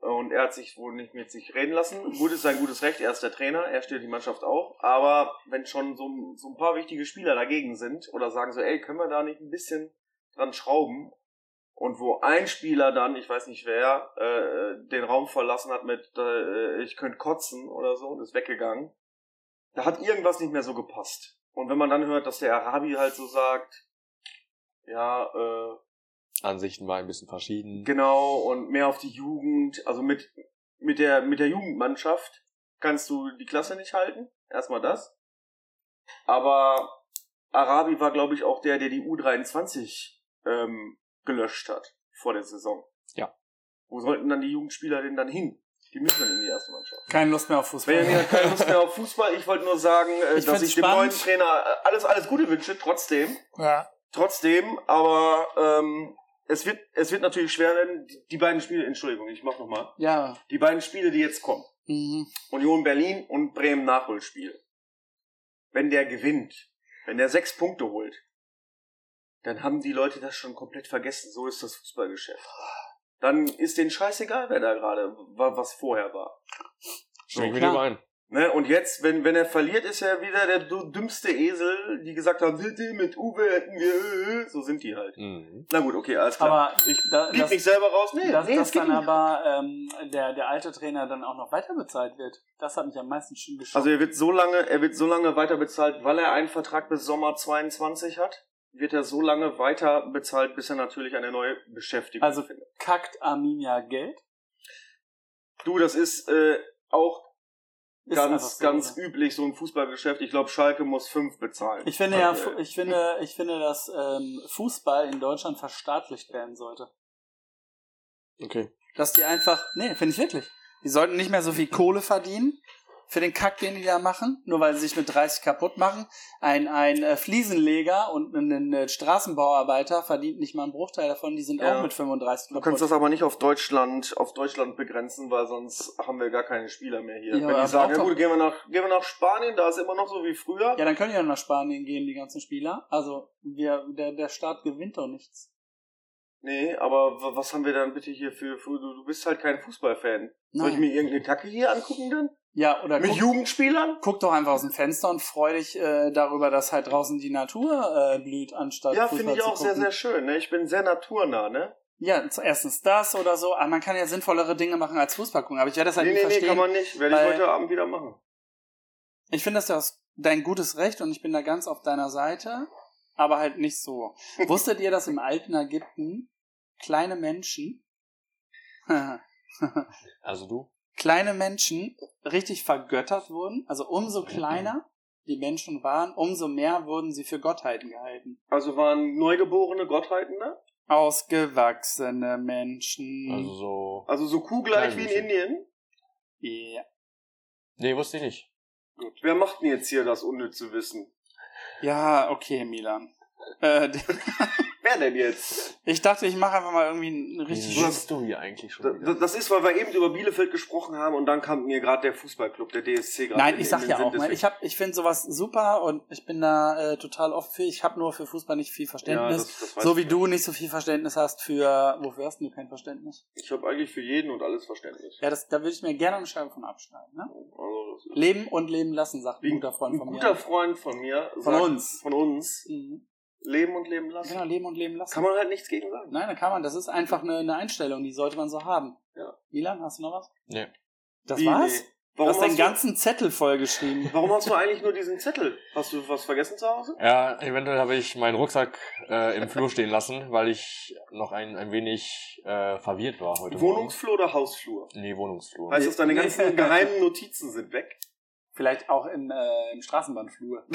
Speaker 2: Und er hat sich wohl nicht mit sich reden lassen. Gut ist sein gutes Recht, er ist der Trainer, er stellt die Mannschaft auch. Aber wenn schon so, ein- so ein paar wichtige Spieler dagegen sind oder sagen so, ey, können wir da nicht ein bisschen dran schrauben? Und wo ein Spieler dann, ich weiß nicht wer, äh, den Raum verlassen hat mit, äh, ich könnte kotzen oder so und ist weggegangen, da hat irgendwas nicht mehr so gepasst. Und wenn man dann hört, dass der Arabi halt so sagt, ja, äh,
Speaker 4: Ansichten waren ein bisschen verschieden.
Speaker 2: Genau, und mehr auf die Jugend. Also mit, mit, der, mit der Jugendmannschaft kannst du die Klasse nicht halten. Erstmal das. Aber Arabi war, glaube ich, auch der, der die U23 ähm, gelöscht hat vor der Saison.
Speaker 4: Ja.
Speaker 2: Wo sollten dann die Jugendspieler denn dann hin? Die müssen dann in die erste Mannschaft.
Speaker 3: Keine Lust mehr auf Fußball.
Speaker 2: Benjamin hat keine Lust mehr auf Fußball. Ich wollte nur sagen, äh,
Speaker 3: Ich
Speaker 2: dass
Speaker 3: find's
Speaker 2: ich dem neuen
Speaker 3: spannend.
Speaker 2: Trainer äh, alles, alles Gute wünsche, trotzdem
Speaker 3: Ja.
Speaker 2: trotzdem, aber ähm, es, wird, es wird natürlich schwer werden, die, die beiden Spiele, Entschuldigung, ich mach nochmal,
Speaker 3: Ja.
Speaker 2: die beiden Spiele, die jetzt kommen,
Speaker 3: Mhm.
Speaker 2: Union Berlin und Bremen Nachholspiel. Wenn der gewinnt, wenn der sechs Punkte holt, dann haben die Leute das schon komplett vergessen. So ist das Fußballgeschäft. Dann ist denen scheißegal, wer da gerade war, was vorher war.
Speaker 4: Stimme ich mit
Speaker 3: klar.
Speaker 4: dem ein.
Speaker 2: Ne, und jetzt, wenn, wenn er verliert, ist er wieder der dü- dümmste Esel, die gesagt haben, mit Uwe hätten wir, äh, äh." so sind die halt.
Speaker 4: Mhm.
Speaker 2: Na gut, okay, alles klar.
Speaker 3: Aber ich, da,
Speaker 2: Blieb
Speaker 3: das,
Speaker 2: mich selber raus? Nee,
Speaker 3: dass,
Speaker 2: nee,
Speaker 3: dass
Speaker 2: das geht
Speaker 3: dann
Speaker 2: nicht.
Speaker 3: aber ähm, der, der alte Trainer dann auch noch weiter bezahlt wird, das hat mich am meisten schon geschockt.
Speaker 2: Also er wird so lange, er wird so lange weiter bezahlt, weil er einen Vertrag bis Sommer 22 hat, wird er so lange weiter bezahlt, bis er natürlich eine neue Beschäftigung
Speaker 3: Also-
Speaker 2: findet.
Speaker 3: Kackt Arminia Geld?
Speaker 2: Du, das ist äh, auch
Speaker 3: Ist einfach
Speaker 2: ganz,
Speaker 3: so,
Speaker 2: ganz
Speaker 3: oder?
Speaker 2: üblich, so ein Fußballgeschäft. Ich glaube, Schalke muss fünf bezahlen. Äh,
Speaker 3: Ich finde ja,
Speaker 2: Okay.
Speaker 3: ich finde, ich finde, dass ähm, Fußball in Deutschland verstaatlicht werden sollte.
Speaker 4: Okay.
Speaker 3: Dass die einfach, nee, finde ich wirklich. Die sollten nicht mehr so viel Kohle verdienen für den Kack, den die da machen, nur weil sie sich mit 30 kaputt machen. Ein, ein äh, Fliesenleger und ein, äh, Straßenbauarbeiter verdient nicht mal einen Bruchteil davon, die sind
Speaker 2: Ja.
Speaker 3: auch mit 35
Speaker 2: Du
Speaker 3: kaputt.
Speaker 2: kannst das aber nicht auf Deutschland, auf Deutschland begrenzen, weil sonst haben wir gar keine Spieler mehr hier.
Speaker 3: Ja,
Speaker 2: Wenn
Speaker 3: aber
Speaker 2: die sagen,
Speaker 3: auch
Speaker 2: ja
Speaker 3: doch-
Speaker 2: gut, gehen wir nach, gehen wir nach Spanien, da ist immer noch so wie früher.
Speaker 3: ja, dann können die ja nach Spanien gehen, die ganzen Spieler. Also wir, der, der Staat gewinnt doch nichts.
Speaker 2: Nee, aber wa- was haben wir dann bitte hier für, für du, du bist halt kein Fußballfan. Soll ich
Speaker 3: Nein.
Speaker 2: mir irgendeine Kacke hier angucken dann?
Speaker 3: Ja, oder
Speaker 2: Mit
Speaker 3: guck-
Speaker 2: Jugendspielern?
Speaker 3: guck doch einfach aus dem Fenster und freu dich äh, darüber, dass halt draußen die Natur äh, blüht, anstatt
Speaker 2: Ja,
Speaker 3: Fußball
Speaker 2: finde ich
Speaker 3: zu
Speaker 2: auch sehr,
Speaker 3: gucken.
Speaker 2: sehr schön. Ne? Ich bin sehr naturnah, ne?
Speaker 3: Ja, zu- erstens das oder so, aber man kann ja sinnvollere Dinge machen als Fußball gucken, aber ich werde das halt
Speaker 2: nee,
Speaker 3: nicht
Speaker 2: nee, nee,
Speaker 3: verstehen.
Speaker 2: kann man nicht. Werde ich
Speaker 3: weil-
Speaker 2: heute Abend wieder machen.
Speaker 3: ich finde das ja aus- dein gutes Recht und ich bin da ganz auf deiner Seite, aber halt nicht
Speaker 2: <laughs>
Speaker 3: so. Wusstet ihr, dass im alten Ägypten kleine Menschen <laughs>
Speaker 4: Also du?
Speaker 3: kleine Menschen richtig vergöttert wurden? Also umso kleiner die Menschen waren, umso mehr wurden sie für Gottheiten gehalten.
Speaker 2: Also waren neugeborene Gottheiten, ne?
Speaker 3: Ausgewachsene Menschen.
Speaker 4: Also so.
Speaker 2: Also so kuhgleich wie in
Speaker 4: Kleinmädchen.
Speaker 2: Indien.
Speaker 3: ja.
Speaker 4: Nee, wusste ich nicht.
Speaker 2: Wer macht denn jetzt hier das unnütze Wissen?
Speaker 3: ja, okay, Milan. Äh,
Speaker 2: Wer
Speaker 3: <laughs>
Speaker 2: denn jetzt? ich
Speaker 3: ich dachte, ich mache einfach mal irgendwie einen richtig.
Speaker 4: Wieso bist du hier eigentlich schon? wieder?
Speaker 2: Das, das ist, weil wir eben über Bielefeld gesprochen haben und dann kam mir gerade der Fußballclub, der DSC gerade.
Speaker 3: Nein,
Speaker 2: in-
Speaker 3: ich
Speaker 2: in
Speaker 3: sag
Speaker 2: den
Speaker 3: ja
Speaker 2: Sinn,
Speaker 3: auch mal,
Speaker 2: deswegen-
Speaker 3: ich hab, ich finde sowas super und ich bin da äh, total offen für. Ich habe nur für Fußball nicht viel
Speaker 2: ja,
Speaker 3: Verständnis.
Speaker 2: das, das weiß
Speaker 3: so
Speaker 2: ich
Speaker 3: wie
Speaker 2: ja.
Speaker 3: du nicht so viel Verständnis hast für. Wofür hast du kein Verständnis?
Speaker 2: Ich habe eigentlich für jeden und alles Verständnis.
Speaker 3: Ja, das, da würde ich mir gerne eine Scheibe von abschneiden. Ne?
Speaker 2: Also, das ist-
Speaker 3: Leben und Leben lassen, sagt
Speaker 2: Wie-
Speaker 3: ein guter Freund
Speaker 2: Ein
Speaker 3: von mir.
Speaker 2: guter Freund von mir
Speaker 3: von uns.
Speaker 2: von uns
Speaker 3: Mhm.
Speaker 2: leben und leben lassen.
Speaker 3: Genau, Leben und Leben lassen.
Speaker 2: Kann man halt nichts gegen sagen.
Speaker 3: Nein, da kann man. Das ist einfach eine, eine Einstellung, die sollte man so haben.
Speaker 2: Ja.
Speaker 3: Milan, hast du noch was?
Speaker 4: Nee.
Speaker 3: Das
Speaker 2: Wie,
Speaker 3: war's?
Speaker 2: nee.
Speaker 3: Du
Speaker 2: Warum
Speaker 3: hast den
Speaker 2: hast,
Speaker 3: ganzen Zettel vollgeschrieben.
Speaker 2: <laughs> du, warum hast du eigentlich nur diesen Zettel? Hast du was vergessen zu Hause?
Speaker 4: Ja, eventuell habe ich meinen Rucksack äh, im Flur stehen lassen, weil ich noch ein, ein wenig äh, verwirrt war heute.
Speaker 3: Genau.
Speaker 4: Morgen.
Speaker 2: Wohnungsflur oder Hausflur?
Speaker 4: Nee, Wohnungsflur.
Speaker 2: Heißt das,
Speaker 3: <laughs>
Speaker 2: deine ganzen geheimen Notizen sind weg? <laughs>
Speaker 3: Vielleicht auch im, äh, im Straßenbahnflur.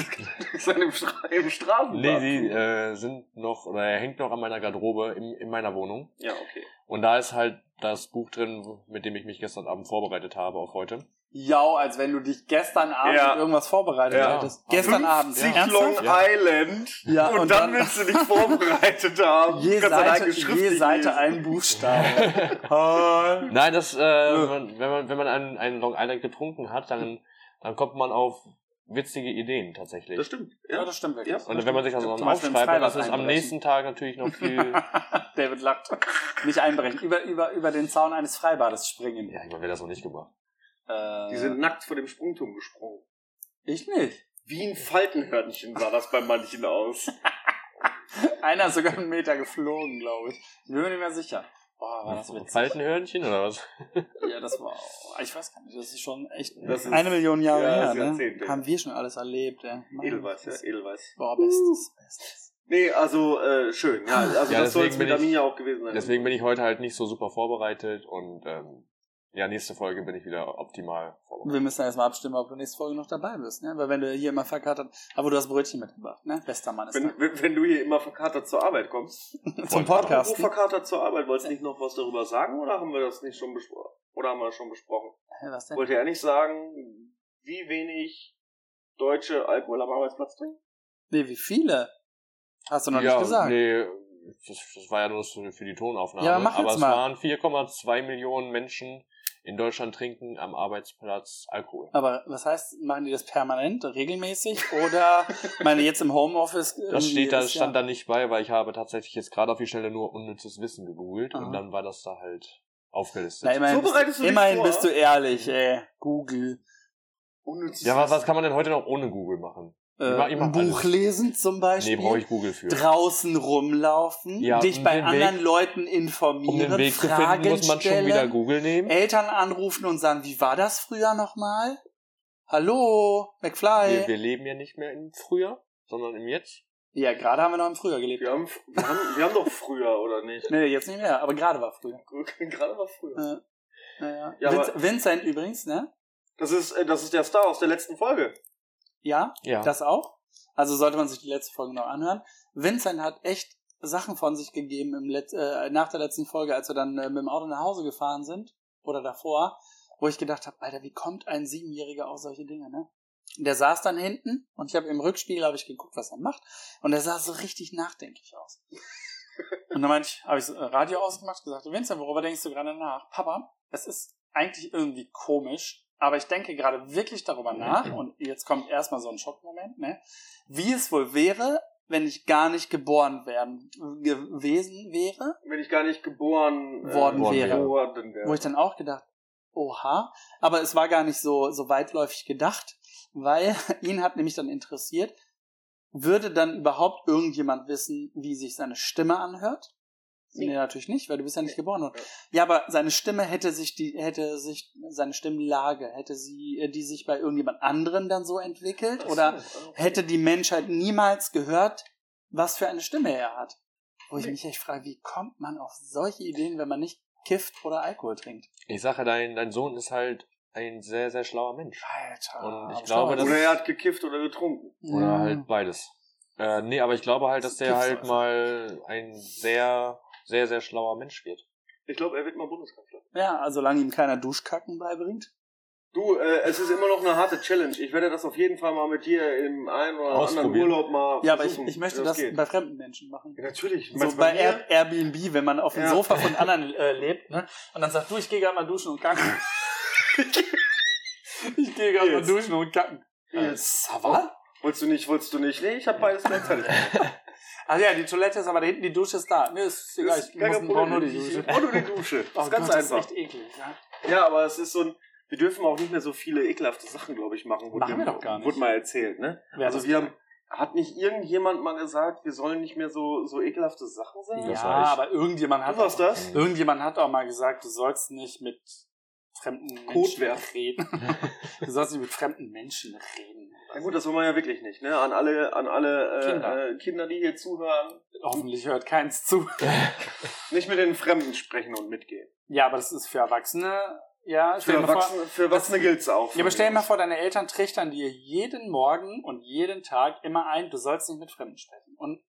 Speaker 2: Ist dann im, Stra im Straßenbad.
Speaker 4: Nee, sie äh, sind noch, oder er hängt noch an meiner Garderobe in, in meiner Wohnung.
Speaker 2: ja, okay.
Speaker 4: Und da ist halt das Buch drin, mit dem ich mich gestern Abend vorbereitet habe auf heute.
Speaker 3: Ja, als wenn du dich gestern Abend
Speaker 2: Ja.
Speaker 3: mit irgendwas vorbereitet
Speaker 4: Ja.
Speaker 3: hättest. Gestern Abend.
Speaker 2: 50
Speaker 3: Ernsthaft?
Speaker 2: Long
Speaker 4: Ja.
Speaker 2: Island
Speaker 3: Ja,
Speaker 2: und,
Speaker 3: und
Speaker 2: dann,
Speaker 3: dann-
Speaker 2: willst du dich vorbereitet haben.
Speaker 3: <laughs> Je
Speaker 2: Kannst deine
Speaker 3: Seite,
Speaker 2: eigene Schrift
Speaker 3: je
Speaker 2: nicht
Speaker 3: Seite
Speaker 2: lesen.
Speaker 3: ein
Speaker 2: <laughs>
Speaker 3: Buchstabe. Hi.
Speaker 4: Nein, das, äh, wenn man, wenn man, wenn man einen, einen Long Island getrunken hat, dann, dann kommt man auf witzige Ideen tatsächlich.
Speaker 2: Das stimmt.
Speaker 3: Ja,
Speaker 2: Ja.
Speaker 3: das stimmt wirklich.
Speaker 4: und wenn man sich also
Speaker 2: also
Speaker 4: das
Speaker 3: Zum
Speaker 4: dann
Speaker 3: Beispiel ins
Speaker 4: aufschreibt, dann ist es
Speaker 3: Freibad
Speaker 4: am
Speaker 3: einbrechen.
Speaker 4: nächsten Tag natürlich noch viel.
Speaker 3: David lacht. Nicht einbrechen. Über, über, über den Zaun eines Freibades springen.
Speaker 4: ja, ich meine, wer das noch nicht gemacht.
Speaker 3: Äh,
Speaker 2: Die sind nackt vor dem Sprungturm gesprungen.
Speaker 3: ich nicht.
Speaker 2: Wie ein Faltenhörnchen sah das bei manchen aus.
Speaker 3: Einer ist sogar einen Meter geflogen, glaube ich. Ich bin mir nicht mehr sicher. Boah, war das witzig.
Speaker 4: Faltenhörnchen oder was?
Speaker 3: Ja, das war. Ich weiß gar nicht, das ist schon echt.
Speaker 2: Das ist-
Speaker 3: eine Million Jahre
Speaker 2: ja, das ist
Speaker 3: her, ne?
Speaker 2: Jahrzehnte.
Speaker 3: Haben wir schon alles erlebt, ja. Mann,
Speaker 2: Edelweiß, ja,
Speaker 3: das-
Speaker 2: Edelweiß.
Speaker 3: Boah, bestes,
Speaker 2: Uh.
Speaker 3: bestes.
Speaker 2: Nee, also äh, schön. Ja, also
Speaker 4: Ja,
Speaker 2: das soll
Speaker 4: deswegen
Speaker 2: es
Speaker 4: bin
Speaker 2: mit
Speaker 4: ich-
Speaker 2: Arminia auch gewesen sein.
Speaker 4: Deswegen bin ich heute halt nicht so super vorbereitet und ähm, ja, nächste Folge bin ich wieder optimal vorbereitet.
Speaker 3: Wir müssen erstmal abstimmen, ob du nächste Folge noch dabei bist, ne? Weil wenn du hier immer verkatert. Aber du hast Brötchen mitgebracht, ne? Bester Mann ist
Speaker 2: wenn, wenn, wenn du hier immer verkatert zur Arbeit kommst.
Speaker 3: da. Zum Podcast.
Speaker 2: Wo
Speaker 3: Ne?
Speaker 2: verkatert zur Arbeit? Wolltest du nicht noch was darüber sagen oder haben wir das nicht schon besprochen? Oder haben wir das schon besprochen?
Speaker 3: Hä, Was denn?
Speaker 2: Wollt ihr ja nicht sagen, wie wenig Deutsche Alkohol am Arbeitsplatz trinken?
Speaker 3: Nee, wie viele? Hast du noch
Speaker 4: ja,
Speaker 3: nicht gesagt.
Speaker 4: nee, das, das war ja nur für, für die Tonaufnahme.
Speaker 3: Ja, aber mach
Speaker 4: aber
Speaker 3: jetzt
Speaker 4: es
Speaker 3: mal.
Speaker 4: waren 4,2 Millionen Menschen in Deutschland trinken am Arbeitsplatz Alkohol.
Speaker 3: Aber was heißt, machen die das permanent, regelmäßig? Oder, ich meine, jetzt im Homeoffice.
Speaker 4: Das
Speaker 3: irgendwie
Speaker 4: steht da,
Speaker 3: ist ja-
Speaker 4: stand da nicht bei, weil ich habe tatsächlich jetzt gerade auf die Stelle nur unnützes Wissen gegoogelt
Speaker 3: Aha.
Speaker 4: und dann war das da halt aufgelistet.
Speaker 3: Na, immerhin
Speaker 2: So
Speaker 3: bist
Speaker 2: bereitest du dich
Speaker 3: immerhin
Speaker 2: vor.
Speaker 3: bist du ehrlich, ey. Google.
Speaker 2: Unnützes
Speaker 4: ja, was, was kann man denn heute noch ohne Google machen?
Speaker 3: Äh,
Speaker 4: mach- ich mach
Speaker 3: ein Buch
Speaker 4: alles.
Speaker 3: lesen zum Beispiel.
Speaker 4: Nee, brauche ich Google für.
Speaker 3: Draußen rumlaufen,
Speaker 4: Ja,
Speaker 3: dich
Speaker 4: um
Speaker 3: bei
Speaker 4: den
Speaker 3: anderen
Speaker 4: Weg-
Speaker 3: Leuten
Speaker 4: Um
Speaker 3: informieren,
Speaker 4: den Weg zu
Speaker 3: Fragen
Speaker 4: finden, muss man
Speaker 3: stellen,
Speaker 4: schon wieder Google nehmen.
Speaker 3: Eltern anrufen und sagen, wie war das früher nochmal? Hallo,
Speaker 4: Wir,
Speaker 3: McFly.
Speaker 4: wir leben ja nicht mehr im Frühjahr, sondern im Jetzt.
Speaker 3: ja, gerade haben wir noch im Frühjahr gelebt.
Speaker 2: Wir haben, wir, haben, wir haben doch früher, oder nicht? <laughs>
Speaker 3: Nee, jetzt nicht mehr, aber gerade war früher.
Speaker 2: Gerade war früher.
Speaker 3: Ja. Naja.
Speaker 2: Ja,
Speaker 3: Vince-
Speaker 2: aber-
Speaker 3: Vincent übrigens, ne?
Speaker 2: Das ist, äh, das ist der Star aus der letzten Folge.
Speaker 3: Ja,
Speaker 4: Ja.
Speaker 3: das auch. Also sollte man sich die letzte Folge noch anhören. Vincent hat echt Sachen von sich gegeben im Let äh, nach der letzten Folge, als wir dann äh, mit dem Auto nach Hause gefahren sind oder davor, wo ich gedacht habe, Alter, wie kommt ein Siebenjähriger auf solche Dinge, ne? Der saß dann hinten und ich habe im Rückspiegel habe ich geguckt, was er macht und er sah so richtig nachdenklich aus. Und dann meinte ich, habe ich so äh, Radio ausgemacht, gesagt, Vincent, worüber denkst du gerade nach? Papa, es ist eigentlich irgendwie komisch, aber ich denke gerade wirklich darüber nach und jetzt kommt erstmal so ein Schockmoment, ne? Wie es wohl wäre, wenn ich gar nicht geboren werden gewesen wäre
Speaker 2: Wenn ich gar nicht geboren
Speaker 3: Worden
Speaker 4: wäre.
Speaker 2: Worden wäre.
Speaker 3: wo ich dann auch gedacht, oha, aber es war gar nicht so, so weitläufig gedacht, weil <laughs> ihn hat nämlich dann interessiert, würde dann überhaupt irgendjemand wissen, wie sich seine Stimme anhört? Nee,
Speaker 2: Nee.
Speaker 3: natürlich nicht, weil du bist ja nicht
Speaker 2: Nee.
Speaker 3: geboren. worden. Ja,
Speaker 2: Ja.
Speaker 3: aber seine Stimme hätte sich die hätte sich seine Stimmlage hätte sie äh, die sich bei irgendjemand anderen dann so entwickelt oder
Speaker 2: äh,
Speaker 3: hätte die Menschheit niemals gehört, was für eine Stimme er hat. Wo ich
Speaker 2: Nee.
Speaker 3: mich echt frage, wie kommt man auf solche Ideen, wenn man nicht kifft oder Alkohol trinkt?
Speaker 4: Ich sage, dein, dein Sohn ist halt ein sehr, sehr schlauer Mensch.
Speaker 3: Alter.
Speaker 4: Und ich
Speaker 3: aber
Speaker 4: glaube,
Speaker 3: schau mal,
Speaker 4: das-
Speaker 2: Oder er hat gekifft oder getrunken.
Speaker 4: Oder
Speaker 3: Ja.
Speaker 4: halt beides. Äh, nee, aber ich glaube halt, dass der
Speaker 3: Gibt's
Speaker 4: halt
Speaker 3: einfach.
Speaker 4: mal ein sehr, sehr, sehr schlauer Mensch wird.
Speaker 2: Ich glaube, er wird mal Bundeskanzler.
Speaker 3: Ja, also solange ihm keiner Duschkacken beibringt.
Speaker 2: Du, äh, es ist immer noch eine harte Challenge. Ich werde das auf jeden Fall mal mit dir im einen oder anderen
Speaker 4: Ausprobieren.
Speaker 2: Urlaub mal
Speaker 3: Ja, aber ich,
Speaker 2: versuchen,
Speaker 3: ich möchte
Speaker 2: wie
Speaker 3: das,
Speaker 2: geht.
Speaker 3: bei fremden Menschen machen.
Speaker 2: ja, natürlich.
Speaker 3: So
Speaker 2: Meinst du
Speaker 3: bei
Speaker 2: mir?
Speaker 3: Air Airbnb, wenn man auf dem
Speaker 2: Ja.
Speaker 3: Sofa von anderen äh, lebt, ne? Und dann sagt, du, ich gehe gerade mal duschen und kacken. ich gehe gerade mal
Speaker 2: Jetzt.
Speaker 3: duschen und kacken. Äh,
Speaker 2: Jetzt.
Speaker 3: Savas?
Speaker 2: Wolltest du nicht, wolltest du nicht? Nee, ich habe beides gleichzeitig.
Speaker 3: <laughs> Also ja, die Toilette ist aber da hinten, die Dusche ist da. Ne, ist egal,
Speaker 2: Das ist
Speaker 3: ich
Speaker 2: gar
Speaker 3: muss
Speaker 2: kein
Speaker 3: brauche nur
Speaker 2: Problem.
Speaker 3: die
Speaker 2: Ich-
Speaker 3: Dusche.
Speaker 2: ich brauche nur die
Speaker 3: <laughs>
Speaker 2: Dusche. Das
Speaker 3: Oh
Speaker 2: ist ganz
Speaker 3: Gott,
Speaker 2: einfach.
Speaker 3: Das ist echt eklig, ja.
Speaker 2: Ja, aber es ist so ein. Wir dürfen auch nicht mehr so viele ekelhafte Sachen, glaube ich, machen. Wurde
Speaker 3: Machen
Speaker 2: mir-
Speaker 3: wir doch gar nicht.
Speaker 2: Wurde mal erzählt, ne?
Speaker 3: Wer
Speaker 2: also
Speaker 3: das-
Speaker 2: wir haben. Hat nicht irgendjemand mal gesagt, wir sollen nicht mehr so, so ekelhafte Sachen sagen?
Speaker 3: ja,
Speaker 4: Das war ich.
Speaker 3: aber irgendjemand hat
Speaker 2: Du warst das?
Speaker 3: Irgendjemand hat auch mal gesagt, du sollst nicht mit fremden Menschen
Speaker 2: Kotwerf.
Speaker 3: reden.
Speaker 2: <laughs>
Speaker 3: du sollst nicht mit fremden Menschen reden.
Speaker 2: Na gut, das wollen wir ja wirklich nicht, ne? An alle, an alle äh,
Speaker 3: Kinder.
Speaker 2: Kinder. Äh, Kinder, die hier zuhören,
Speaker 3: Hoffentlich hört keins zu.
Speaker 2: nicht mit den Fremden sprechen und mitgehen.
Speaker 3: Ja, aber das ist für Erwachsene. Ja,
Speaker 2: Für
Speaker 3: stell dir mal vor,
Speaker 2: Erwachsene, für Erwachsene gilt's auch.
Speaker 3: ja, aber stell dir mal vor, deine Eltern trichtern dir jeden Morgen und jeden Tag immer ein, du sollst nicht mit Fremden sprechen. Und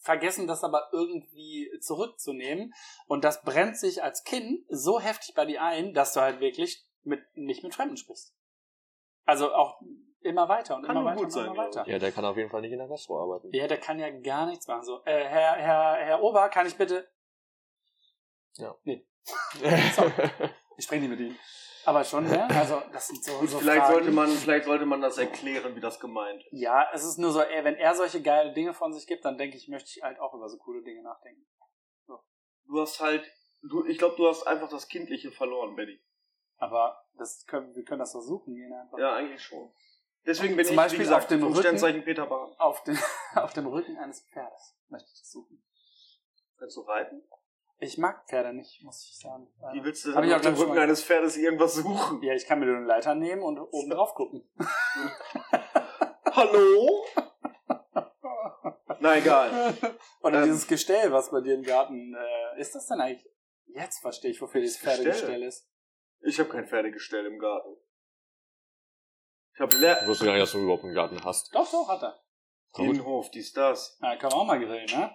Speaker 3: vergessen das aber irgendwie zurückzunehmen. Und das brennt sich als Kind so heftig bei dir ein, dass du halt wirklich mit, nicht mit Fremden sprichst. Also auch immer weiter und
Speaker 2: Kann
Speaker 3: immer
Speaker 2: nur
Speaker 3: weiter
Speaker 2: gut
Speaker 3: und
Speaker 2: sein,
Speaker 3: immer
Speaker 2: glaub ich.
Speaker 3: weiter.
Speaker 4: Ja, der kann auf jeden Fall nicht in der Gastro arbeiten.
Speaker 3: Ja, der kann ja gar nichts machen. So, äh, Herr, Herr, Herr Ober, kann ich bitte.
Speaker 4: Ja.
Speaker 3: Nee, ich spreche nicht mit ihm. Aber schon, ne? Also, das sind so, so
Speaker 2: vielleicht,
Speaker 3: Fragen.
Speaker 2: sollte man, vielleicht sollte man das erklären, wie das gemeint ist.
Speaker 3: Ja, es ist nur so, ey, wenn er solche geile Dinge von sich gibt, dann denke ich, möchte ich halt auch über so coole Dinge nachdenken.
Speaker 2: Du hast halt, du, ich glaube, du hast einfach das Kindliche verloren, Benny.
Speaker 3: Aber das können, wir können das versuchen, gehen einfach.
Speaker 2: Ja, eigentlich schon. Deswegen bin
Speaker 3: Zum
Speaker 2: ich,
Speaker 3: Beispiel
Speaker 2: wie gesagt,
Speaker 3: auf dem
Speaker 2: vom
Speaker 3: Rücken-
Speaker 2: Sternzeichen Peter Bahn.
Speaker 3: Auf, den, <laughs> auf dem Rücken eines Pferdes möchte ich das suchen.
Speaker 2: Kannst du reiten?
Speaker 3: Ich mag Pferde nicht, muss ich sagen.
Speaker 2: Wie willst du
Speaker 3: Hab
Speaker 2: denn
Speaker 3: ich
Speaker 2: auf
Speaker 3: auch
Speaker 2: dem
Speaker 3: gleich schon
Speaker 2: Rücken
Speaker 3: mal-
Speaker 2: eines Pferdes irgendwas suchen?
Speaker 3: Ja, ich kann mir nur eine Leiter nehmen und oben drauf gucken.
Speaker 2: Hallo?
Speaker 3: <laughs>
Speaker 2: Na egal.
Speaker 3: Oder
Speaker 2: Ähm.
Speaker 3: dieses Gestell, was bei dir im Garten äh, ist das denn eigentlich? Jetzt verstehe ich, wofür dieses
Speaker 2: Gestell?
Speaker 3: Pferdegestell ist.
Speaker 2: Ich habe kein Pferdegestell im Garten. Ich habe Le
Speaker 4: Ich <laughs> wusste gar nicht, dass du überhaupt einen Garten hast.
Speaker 3: Doch, doch, hat er.
Speaker 4: Gut.
Speaker 2: Innenhof, dies, das.
Speaker 3: Na, kann man auch mal grillen, ne?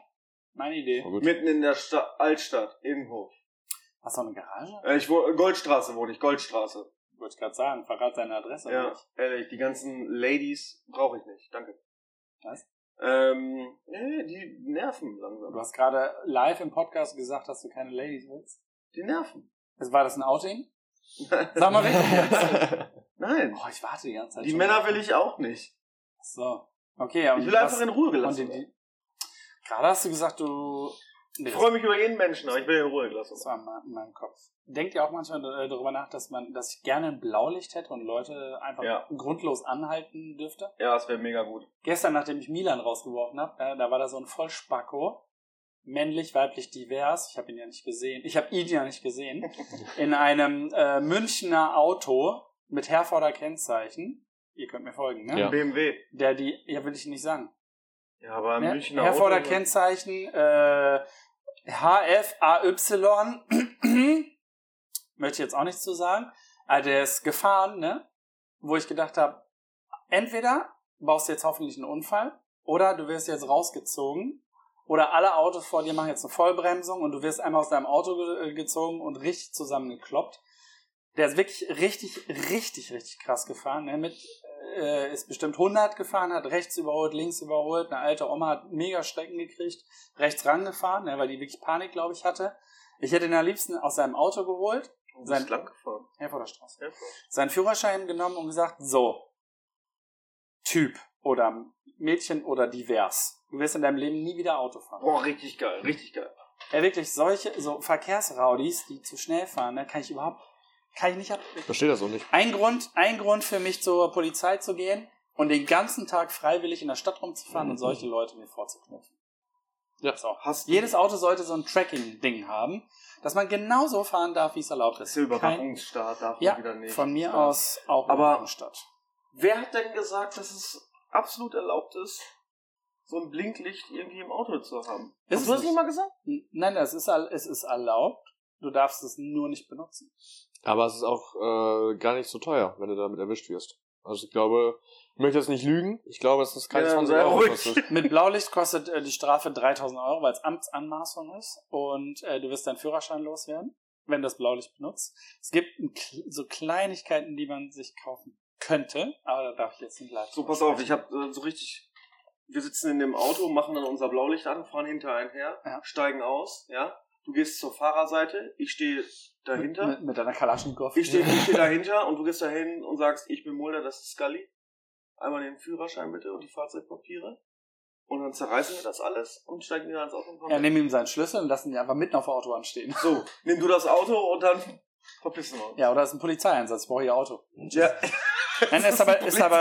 Speaker 3: Meine Idee.
Speaker 4: Aber gut.
Speaker 2: Mitten in der Sta Altstadt, Innenhof.
Speaker 3: Hast du auch eine Garage?
Speaker 2: Äh, ich wo Goldstraße wohne ich, Goldstraße.
Speaker 3: Wollte ich gerade sagen, verrat deine Adresse.
Speaker 2: Ja,
Speaker 3: nicht.
Speaker 2: ehrlich, die ganzen Ladies brauche ich nicht. Danke.
Speaker 3: Was?
Speaker 2: Ähm, äh, die nerven
Speaker 3: Du
Speaker 2: langsam.
Speaker 3: hast gerade live im Podcast gesagt, dass du keine Ladies willst.
Speaker 2: Die nerven.
Speaker 3: Es- War das ein
Speaker 2: <laughs>
Speaker 3: Outing? Sag mal richtig.
Speaker 4: <laughs>
Speaker 2: Nein,
Speaker 3: Boah, ich warte die ganze Zeit.
Speaker 2: die
Speaker 3: schon.
Speaker 2: Männer will ich auch nicht.
Speaker 3: So. Okay, aber
Speaker 2: Ich will einfach in Ruhe
Speaker 3: und
Speaker 2: gelassen
Speaker 3: die,
Speaker 2: werden.
Speaker 3: die, Gerade hast du gesagt, du. Nee,
Speaker 2: Ich freue mich über jeden Menschen, aber ich will in Ruhe gelassen
Speaker 3: das
Speaker 2: werden.
Speaker 3: war in meinem- in meinem Kopf. Denkt ihr auch manchmal äh, darüber nach, dass man, dass ich gerne ein Blaulicht hätte und Leute einfach
Speaker 2: Ja.
Speaker 3: grundlos anhalten dürfte?
Speaker 2: Ja, das wäre mega gut.
Speaker 3: Gestern, nachdem ich Milan rausgeworfen habe, da, da war da so ein Vollspacko. Männlich, weiblich, divers. Ich habe ihn ja nicht gesehen. Ich habe ihn ja nicht gesehen. In einem äh, Münchner Auto mit Herforder Kennzeichen. Ihr könnt mir folgen, ne?
Speaker 4: Ja.
Speaker 2: BMW.
Speaker 3: Der die, ja, will ich nicht sagen.
Speaker 2: Ja, aber ein
Speaker 3: Ja,
Speaker 2: Münchner
Speaker 3: Herforder
Speaker 2: Auto-
Speaker 3: Kennzeichen äh, HFAY <clears throat> möchte ich jetzt auch nichts zu sagen. Aber der ist gefahren, ne? Wo ich gedacht habe, entweder baust du jetzt hoffentlich einen Unfall oder du wirst jetzt rausgezogen oder alle Autos vor dir machen jetzt eine Vollbremsung und du wirst einmal aus deinem Auto ge äh, gezogen und richtig zusammengekloppt. Der ist wirklich richtig, richtig, richtig krass gefahren. Ne? Mit, äh, ist bestimmt 100 gefahren, hat rechts überholt, links überholt. Eine alte Oma hat mega Strecken gekriegt, rechts rangefahren, ne? weil die wirklich Panik, glaube ich, hatte. Ich hätte ihn am liebsten aus seinem Auto geholt,
Speaker 2: Du
Speaker 3: Sein-
Speaker 2: bist lang gefahren.
Speaker 3: Herforder Straße
Speaker 2: Ja.
Speaker 3: seinen Führerschein genommen und gesagt, so, Typ oder Mädchen oder divers. Du wirst in deinem Leben nie wieder Auto fahren.
Speaker 2: Boah, richtig geil, richtig geil.
Speaker 3: Ja, wirklich, solche, so Verkehrsraudis, die zu schnell fahren, da kann ich überhaupt, kann ich nicht ab.
Speaker 4: Verstehe das auch nicht.
Speaker 3: Ein Grund, ein Grund für mich zur Polizei zu gehen und den ganzen Tag freiwillig in der Stadt rumzufahren und solche Leute mir vorzuknüpfen.
Speaker 4: Ja.
Speaker 3: So.
Speaker 2: Hast du
Speaker 3: Jedes Auto sollte so ein Tracking-Ding haben, dass man genauso fahren darf, wie es erlaubt
Speaker 2: Das
Speaker 3: ist.
Speaker 2: ist der Überwachungsstaat, darf
Speaker 3: Ja,
Speaker 2: man wieder nicht.
Speaker 3: von mir aus auch
Speaker 2: Aber-
Speaker 3: in der Stadt.
Speaker 2: Wer hat denn gesagt, dass es absolut erlaubt ist, so ein Blinklicht irgendwie im Auto zu haben?
Speaker 3: Ist es
Speaker 2: Hast du das
Speaker 3: nicht.
Speaker 2: nicht mal gesagt?
Speaker 3: N- Nein, das ist, al- es ist erlaubt. Du darfst es nur nicht benutzen.
Speaker 4: Aber es ist auch äh, gar nicht so teuer, wenn du damit erwischt wirst. Also ich glaube, ich möchte jetzt nicht lügen. Ich glaube, es ist keine
Speaker 2: Ja,
Speaker 4: 20
Speaker 2: sei
Speaker 4: Euro
Speaker 2: ruhig.
Speaker 4: kostet.
Speaker 3: Mit Blaulicht kostet äh, die Strafe 3000 Euro, weil es Amtsanmaßung ist und äh, du wirst deinen Führerschein loswerden, wenn du das Blaulicht benutzt. Es gibt ein kl- so Kleinigkeiten, die man sich kaufen könnte, aber da darf ich jetzt nicht leiden.
Speaker 2: So, pass auf, ich hab äh, so richtig. Wir sitzen in dem Auto, machen dann unser Blaulicht an, fahren hinter einen her,
Speaker 3: Ja.
Speaker 2: steigen aus, ja. Du gehst zur Fahrerseite, ich stehe dahinter.
Speaker 3: Mit, mit deiner Kalaschnikow.
Speaker 2: Ich stehe ich steh dahinter und du gehst dahin und sagst, ich bin Mulder, das ist Scully. Einmal den Führerschein bitte und die Fahrzeugpapiere. Und dann zerreißen wir das alles und steigen wieder ins Auto und fahren.
Speaker 3: <laughs> Ja,
Speaker 2: weg.
Speaker 3: nimm ihm seinen Schlüssel und lass ihn einfach mitten auf der Autobahn stehen. <laughs>
Speaker 2: So, nimm du das Auto und dann verpissen wir uns.
Speaker 3: Ja, oder ist ein Polizeieinsatz, ich brauche ihr Auto.
Speaker 2: Ja.
Speaker 3: Nein, ist
Speaker 2: <laughs>
Speaker 3: aber, ist aber,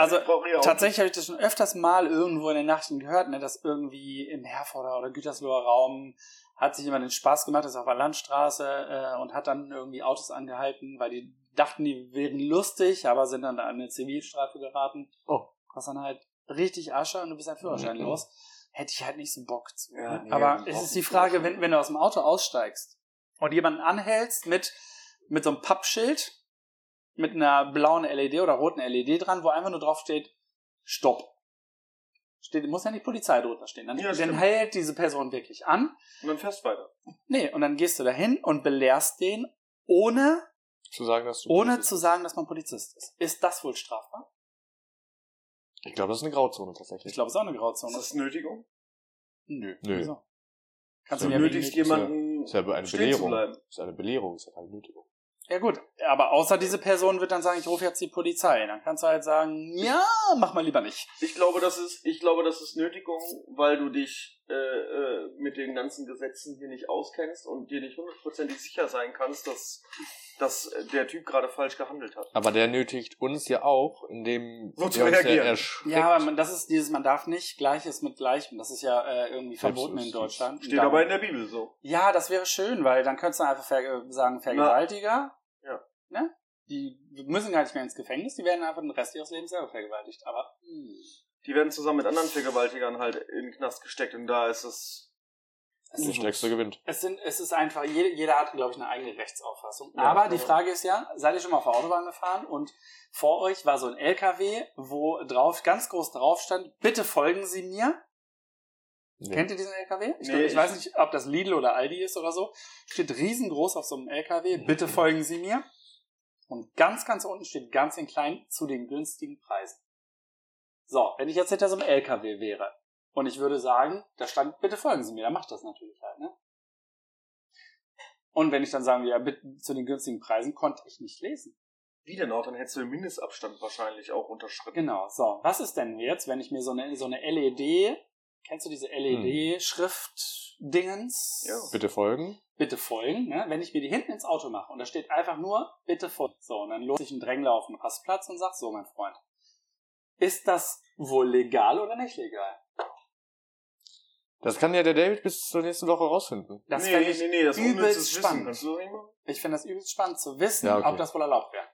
Speaker 3: also,
Speaker 2: tatsächlich.
Speaker 3: Tatsächlich habe ich das schon öfters mal irgendwo in den Nachrichten gehört, ne, dass irgendwie im Herforder oder Gütersloher Raum hat sich jemand den Spaß gemacht, ist auf der Landstraße äh, und hat dann irgendwie Autos angehalten, weil die dachten, die wären lustig, aber sind dann da an eine Zivilstreife geraten.
Speaker 4: Oh.
Speaker 3: Was dann halt richtig Asche und du bist halt Führerschein
Speaker 4: Mhm.
Speaker 3: los. Hätte ich halt nicht so Bock zu.
Speaker 2: Ja, nee,
Speaker 3: aber
Speaker 2: brauch
Speaker 3: es ist
Speaker 2: nicht
Speaker 3: die Frage,
Speaker 2: Führerschein.
Speaker 3: wenn, wenn du aus dem Auto aussteigst und jemanden anhältst mit, mit so einem Pappschild, mit einer blauen LED oder roten LED dran, wo einfach nur drauf steht, Stopp. Steht, muss ja nicht Polizei drunter stehen. Dann,
Speaker 2: Ja,
Speaker 3: dann
Speaker 2: stimmt.
Speaker 3: hält diese Person wirklich an.
Speaker 2: Und dann fährst du weiter.
Speaker 3: Nee, und dann gehst du dahin und belehrst den, ohne,
Speaker 4: Zu sagen, dass du
Speaker 3: ohne zu sagen, dass man Polizist ist. Ist das wohl strafbar?
Speaker 4: Ich glaube, das ist eine Grauzone
Speaker 3: Ich
Speaker 4: tatsächlich.
Speaker 3: glaube, es ist auch eine
Speaker 2: Ist
Speaker 3: Grauzone.
Speaker 2: das Nötigung?
Speaker 3: Nö.
Speaker 4: Nö.
Speaker 3: Wieso? Kannst du
Speaker 4: Ja,
Speaker 2: Du
Speaker 3: mir
Speaker 4: nötig.
Speaker 3: wirklich
Speaker 2: nötigst
Speaker 4: ist ja-
Speaker 2: jemanden
Speaker 4: ist ja
Speaker 2: stehen
Speaker 4: eine
Speaker 2: zu
Speaker 4: Belehrung.
Speaker 2: bleiben.
Speaker 4: Das ist eine Belehrung, das ist ja keine Nötigung.
Speaker 3: Ja gut, aber außer diese Person wird dann sagen, ich rufe jetzt die Polizei. Dann kannst du halt sagen, ja, mach mal lieber nicht.
Speaker 2: Ich glaube, das ist, ich glaube, das ist Nötigung, weil du dich äh, äh, mit den ganzen Gesetzen hier nicht auskennst und dir nicht hundertprozentig sicher sein kannst, dass, dass äh, der Typ gerade falsch gehandelt hat.
Speaker 4: Aber der nötigt uns ja auch, indem
Speaker 2: So zu
Speaker 4: der uns
Speaker 2: reagieren.
Speaker 4: erschreckt.
Speaker 3: Ja, aber man, das ist dieses, man darf nicht Gleiches mit Gleichem. Das ist ja äh, irgendwie verboten in
Speaker 4: Selbstjustiz.
Speaker 3: Deutschland.
Speaker 2: Steht
Speaker 3: Darum-
Speaker 2: aber in der Bibel so.
Speaker 3: Ja, das wäre schön, weil dann könntest du einfach ver äh, sagen, Vergewaltiger.
Speaker 2: Ja.
Speaker 3: Ne? Die müssen gar nicht mehr ins Gefängnis, die werden einfach den Rest ihres Lebens selber vergewaltigt. Aber hm,
Speaker 2: Die werden zusammen mit anderen Vergewaltigern halt in den Knast gesteckt und da ist es.
Speaker 4: Der Stärkste gewinnt.
Speaker 3: es, sind, es ist einfach, jede, jeder hat, glaube ich, eine eigene Rechtsauffassung.
Speaker 2: Ja,
Speaker 3: Aber die
Speaker 2: genau.
Speaker 3: Frage ist ja, seid ihr schon mal auf der Autobahn gefahren und vor euch war so ein LKW, wo drauf ganz groß drauf stand, bitte folgen Sie mir.
Speaker 4: Nee.
Speaker 3: Kennt ihr diesen LKW? Ich,
Speaker 2: Nee,
Speaker 3: glaub, ich
Speaker 2: ich-
Speaker 3: weiß nicht, ob das Lidl oder Aldi ist oder so. Steht riesengroß auf so einem LKW. Bitte folgen Sie mir. Und ganz, ganz unten steht ganz in klein zu den günstigen Preisen. So, wenn ich jetzt hinter so einem LKW wäre und ich würde sagen, da stand, bitte folgen Sie mir, dann macht das natürlich halt, ne? Und wenn ich dann sagen würde, ja, bitte zu den günstigen Preisen, konnte ich nicht lesen.
Speaker 2: Wie denn auch? Dann hättest du den Mindestabstand wahrscheinlich auch unterschritten.
Speaker 3: Genau, so. Was ist denn jetzt, wenn ich mir so eine, so eine LED, kennst du diese E LED-Schrift-Dingens?
Speaker 2: Ja.
Speaker 4: Bitte folgen.
Speaker 3: bitte folgen, ne? wenn ich mir die hinten ins Auto mache und da steht einfach nur, bitte folgen. So, und dann lohnt sich ein Drängler auf dem Rastplatz und sagt, so, mein Freund, ist das wohl legal oder nicht legal?
Speaker 4: Das kann ja der David bis zur nächsten Woche rausfinden.
Speaker 3: Das
Speaker 2: nee,
Speaker 3: fänd ich,
Speaker 2: nee, nee, das ist
Speaker 3: übelst
Speaker 2: unnützes Wissen.
Speaker 3: spannend.
Speaker 2: Kannst du das nicht machen?
Speaker 3: ich finde das übelst spannend zu wissen,
Speaker 4: Ja, okay.
Speaker 3: ob das wohl erlaubt wäre.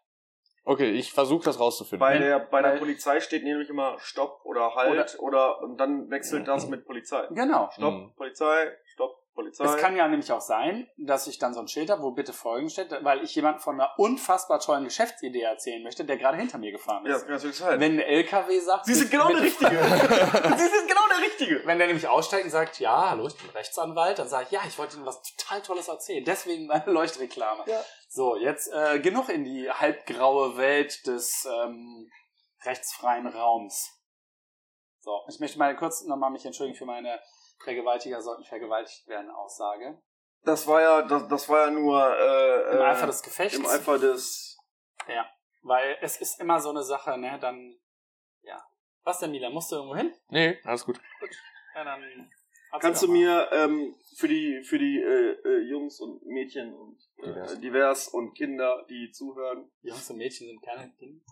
Speaker 4: Okay, ich versuche das rauszufinden.
Speaker 2: Bei der, bei der
Speaker 3: Weil-
Speaker 2: Polizei steht nämlich immer Stopp oder Halt oder, und dann wechselt das mit Polizei.
Speaker 3: Genau.
Speaker 2: Stopp,
Speaker 4: Mhm.
Speaker 2: Polizei, Stopp, Polizei.
Speaker 3: Es kann ja nämlich auch sein, dass ich dann so ein Schild habe, wo bitte folgen steht, weil ich jemand von einer unfassbar tollen Geschäftsidee erzählen möchte, der gerade hinter mir gefahren
Speaker 2: ja,
Speaker 3: ist.
Speaker 2: kann natürlich sein.
Speaker 3: Wenn der LKW sagt,
Speaker 2: Sie sind genau
Speaker 3: bitte
Speaker 2: der
Speaker 3: <laughs>
Speaker 2: Richtige. Sie sind genau der Richtige.
Speaker 3: Wenn der nämlich aussteigt und sagt, ja, hallo, ich bin Rechtsanwalt, dann sage ich, ja, ich wollte Ihnen was total Tolles erzählen. Deswegen meine Leuchtreklame.
Speaker 2: Ja.
Speaker 3: So, jetzt äh, genug in die halbgraue Welt des ähm, rechtsfreien Raums. So, ich möchte mal kurz nochmal mich entschuldigen für meine Vergewaltiger sollten vergewaltigt werden Aussage.
Speaker 2: Das war ja, das, das war ja nur äh,
Speaker 3: Im
Speaker 2: äh,
Speaker 3: Eifer des Gefechts.
Speaker 2: im Eifer des.
Speaker 3: weil es ist immer so eine Sache, ne, dann, ja. Was denn, Mila, musst du irgendwo hin?
Speaker 4: nee, alles gut.
Speaker 3: Ja, dann erzähl
Speaker 2: Kannst
Speaker 3: doch
Speaker 2: du
Speaker 3: mal.
Speaker 2: mir ähm, für die für die äh, äh, Jungs und Mädchen und äh,
Speaker 4: Divers.
Speaker 2: divers und Kinder, die zuhören,
Speaker 3: Jungs und Mädchen sind keine Kinder.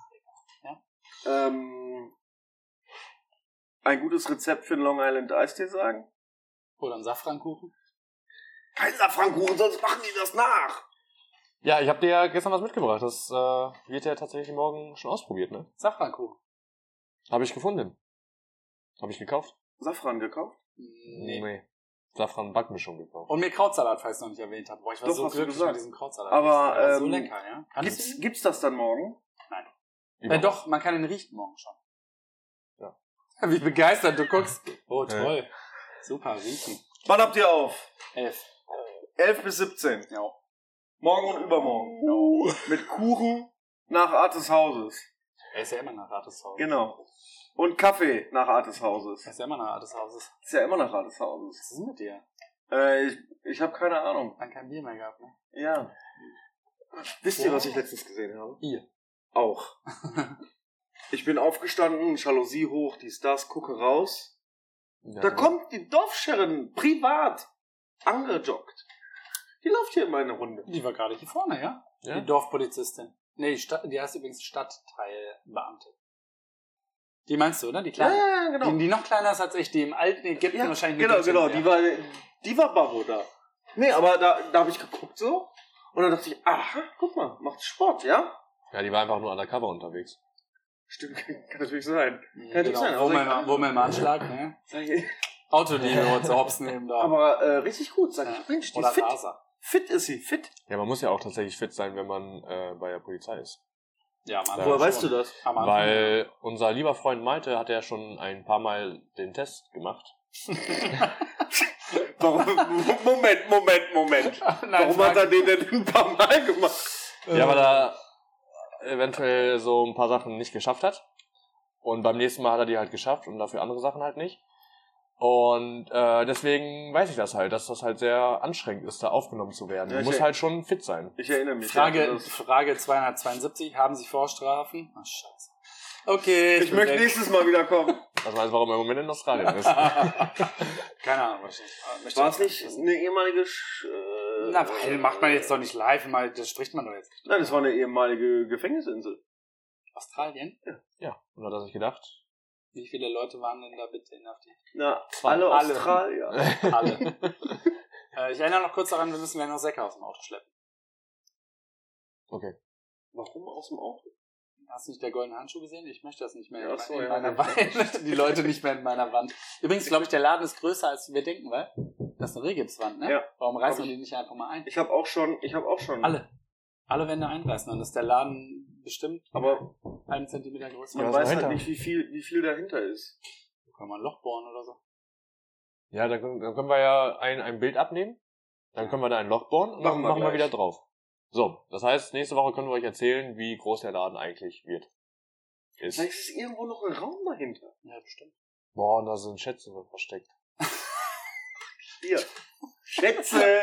Speaker 2: ähm, ein gutes Rezept für einen Long Island Eistee sagen?
Speaker 3: Oder einen Safrankuchen.
Speaker 2: Kein Safrankuchen, sonst machen die das nach.
Speaker 4: Ja, ich habe dir ja gestern was mitgebracht. Das äh, wird ja tatsächlich morgen schon ausprobiert, ne?
Speaker 3: Safrankuchen.
Speaker 4: Habe ich gefunden. Habe ich gekauft?
Speaker 2: Safran gekauft?
Speaker 3: Nee. Oh,
Speaker 4: Safran-Backmischung gekauft.
Speaker 3: Und mir Krautsalat, falls ich noch nicht erwähnt habe. Boah, ich war
Speaker 2: Doch,
Speaker 3: so
Speaker 2: hast du
Speaker 3: glücklich
Speaker 2: gesagt.
Speaker 3: mit diesem Krautsalat.
Speaker 2: Aber,
Speaker 3: Der war so
Speaker 2: ähm,
Speaker 3: lecker, ja. Kannst
Speaker 2: Gibt's,
Speaker 3: du?
Speaker 2: gibt's das dann morgen?
Speaker 3: Äh, doch, man kann ihn riechen morgen schon.
Speaker 4: Ja.
Speaker 3: Wie begeistert du guckst. Oh,
Speaker 4: Ja.
Speaker 3: toll. Super, riechen. Äh,
Speaker 2: Wann habt ihr auf?
Speaker 3: Elf.
Speaker 2: 11 bis 17.
Speaker 3: Ja.
Speaker 2: Morgen und übermorgen. Mit Kuchen nach Art des Hauses.
Speaker 3: Er ist ja immer nach Rat des Hauses.
Speaker 2: Genau. Und Kaffee nach Art des
Speaker 3: Er
Speaker 2: Hauses.
Speaker 3: ist ja immer nach Rat des Hauses.
Speaker 2: Ist ja immer nach Rat des Hauses.
Speaker 3: Was ist denn mit dir?
Speaker 2: Äh, ich ich habe keine Ahnung.
Speaker 3: Dann kein Bier mehr gehabt, ne?
Speaker 2: Ja. Wisst ihr, was ich letztens gesehen habe?
Speaker 3: Ihr.
Speaker 2: Auch. <laughs> Ich bin aufgestanden, Jalousie hoch, die Stars, gucke raus. Da kommt die Dorfschirren privat angejoggt. Die läuft hier immer eine Runde.
Speaker 3: Die war gerade hier vorne, ja?
Speaker 4: Ja.
Speaker 3: Die Dorfpolizistin. Nee, die, Stadt, die heißt übrigens Stadtteilbeamte. Die meinst du, oder? Die kleine?
Speaker 2: Ja, ja, genau.
Speaker 3: Die, die noch kleiner ist als ich, die im alten Ägypten
Speaker 2: Ja,
Speaker 3: wahrscheinlich
Speaker 2: genau,
Speaker 3: Göttin
Speaker 2: genau,
Speaker 3: wäre.
Speaker 2: die war, die war Babo da. Nee, aber da, da habe ich geguckt so und dann dachte ich, aha, guck mal, macht Sport, ja?
Speaker 4: Ja, die war einfach nur undercover unterwegs.
Speaker 2: Stimmt, <laughs> kann, kann natürlich sein.
Speaker 3: Ja,
Speaker 2: Kann
Speaker 3: genau.
Speaker 2: sein,
Speaker 3: wo,
Speaker 2: also
Speaker 3: man,
Speaker 2: ich-
Speaker 3: wo man im Anschlag, ne?
Speaker 2: Sag ich,
Speaker 3: Autodino zu Hops nehmen darf.
Speaker 2: aber äh, richtig gut, sag
Speaker 3: Ja.
Speaker 2: ich, Mensch, die
Speaker 3: Oder
Speaker 2: ist fit.
Speaker 3: Raser.
Speaker 2: Fit ist sie, fit.
Speaker 4: Ja, man muss ja auch tatsächlich fit sein, wenn man äh, bei der Polizei ist.
Speaker 3: Ja, Mann.
Speaker 4: Ja,
Speaker 2: Woher weißt du das?
Speaker 3: Am Anfang.
Speaker 4: Weil unser lieber Freund Malte hat ja schon ein paar Mal den Test gemacht.
Speaker 2: Warum- <laughs> Moment, Moment,
Speaker 3: <laughs>
Speaker 2: Moment.
Speaker 3: Nein,
Speaker 2: Warum
Speaker 3: Frage.
Speaker 2: hat er den denn ein paar Mal gemacht?
Speaker 4: Ja, weil er eventuell so ein paar Sachen nicht geschafft hat. Und beim nächsten Mal hat er die halt geschafft und dafür andere Sachen halt nicht. Und äh, deswegen weiß ich das halt, dass das halt sehr anstrengend ist, da aufgenommen zu werden.
Speaker 2: Ja,
Speaker 4: du musst
Speaker 2: ich-
Speaker 4: halt schon fit sein.
Speaker 2: Ich erinnere mich. ja,
Speaker 3: Frage,
Speaker 2: das-
Speaker 3: Frage 272. Haben Sie Vorstrafen? Ach, scheiße. Okay.
Speaker 2: ich
Speaker 3: bin
Speaker 2: möchte
Speaker 3: weg.
Speaker 2: nächstes Mal wieder kommen.
Speaker 4: Das Also, weiß, warum er im Moment
Speaker 2: <laughs>
Speaker 4: in Australien
Speaker 3: <laughs>
Speaker 4: ist.
Speaker 3: Keine Ahnung, wahrscheinlich. Ah, möchte
Speaker 2: War
Speaker 3: ich
Speaker 2: es nicht eine ehemalige... Sch äh,
Speaker 3: Na, weil macht man jetzt doch nicht live, mal, das spricht man doch jetzt. nicht.
Speaker 2: Nein, das war eine ehemalige Gefängnisinsel.
Speaker 3: Australien?
Speaker 4: ja, und hat er sich gedacht.
Speaker 3: Wie viele Leute waren denn da bitte inhaftiert?
Speaker 2: Na, alle,
Speaker 3: Alle. <laughs>
Speaker 2: Australier.
Speaker 3: Alle.
Speaker 2: <laughs>
Speaker 3: äh, ich erinnere noch kurz daran, wir müssen gleich noch Säcke aus dem Auto schleppen.
Speaker 2: Warum aus dem Auto?
Speaker 3: Hast du nicht der goldene Handschuh gesehen? Ich möchte das nicht mehr
Speaker 2: Ja,
Speaker 3: in,
Speaker 2: ach so,
Speaker 3: in
Speaker 2: ja.
Speaker 3: meiner Wand. Ich möchte die Leute nicht mehr in meiner Wand. Übrigens, glaube ich, der Laden ist größer, als wir denken, weil das ist eine Rehgipswand, ne?
Speaker 2: Ja.
Speaker 3: Warum reißen
Speaker 2: Hab
Speaker 3: wir die nicht einfach mal ein?
Speaker 2: Ich habe auch schon, ich habe auch schon.
Speaker 3: Alle. Alle Wände einreißen, dann ist der Laden bestimmt
Speaker 2: Aber
Speaker 3: einen Zentimeter größer.
Speaker 2: man
Speaker 4: was
Speaker 2: weiß
Speaker 4: dahinter?
Speaker 2: halt nicht, wie viel, wie viel dahinter ist.
Speaker 3: Kann man ein Loch bohren oder so.
Speaker 4: Ja, dann, können- dann können wir ja ein, ein Bild abnehmen. Dann können wir da ein Loch bohren und
Speaker 2: Machen
Speaker 4: machen,
Speaker 2: wir
Speaker 4: dann machen wir
Speaker 2: gleich.
Speaker 4: wieder drauf. So, das heißt, nächste Woche können wir euch erzählen, wie groß der Laden eigentlich wird. Ist.
Speaker 2: Vielleicht ist irgendwo noch ein Raum dahinter.
Speaker 3: Ja, bestimmt.
Speaker 4: Boah, und da sind Schätze drin versteckt.
Speaker 3: <laughs>
Speaker 2: Hier. Schätze.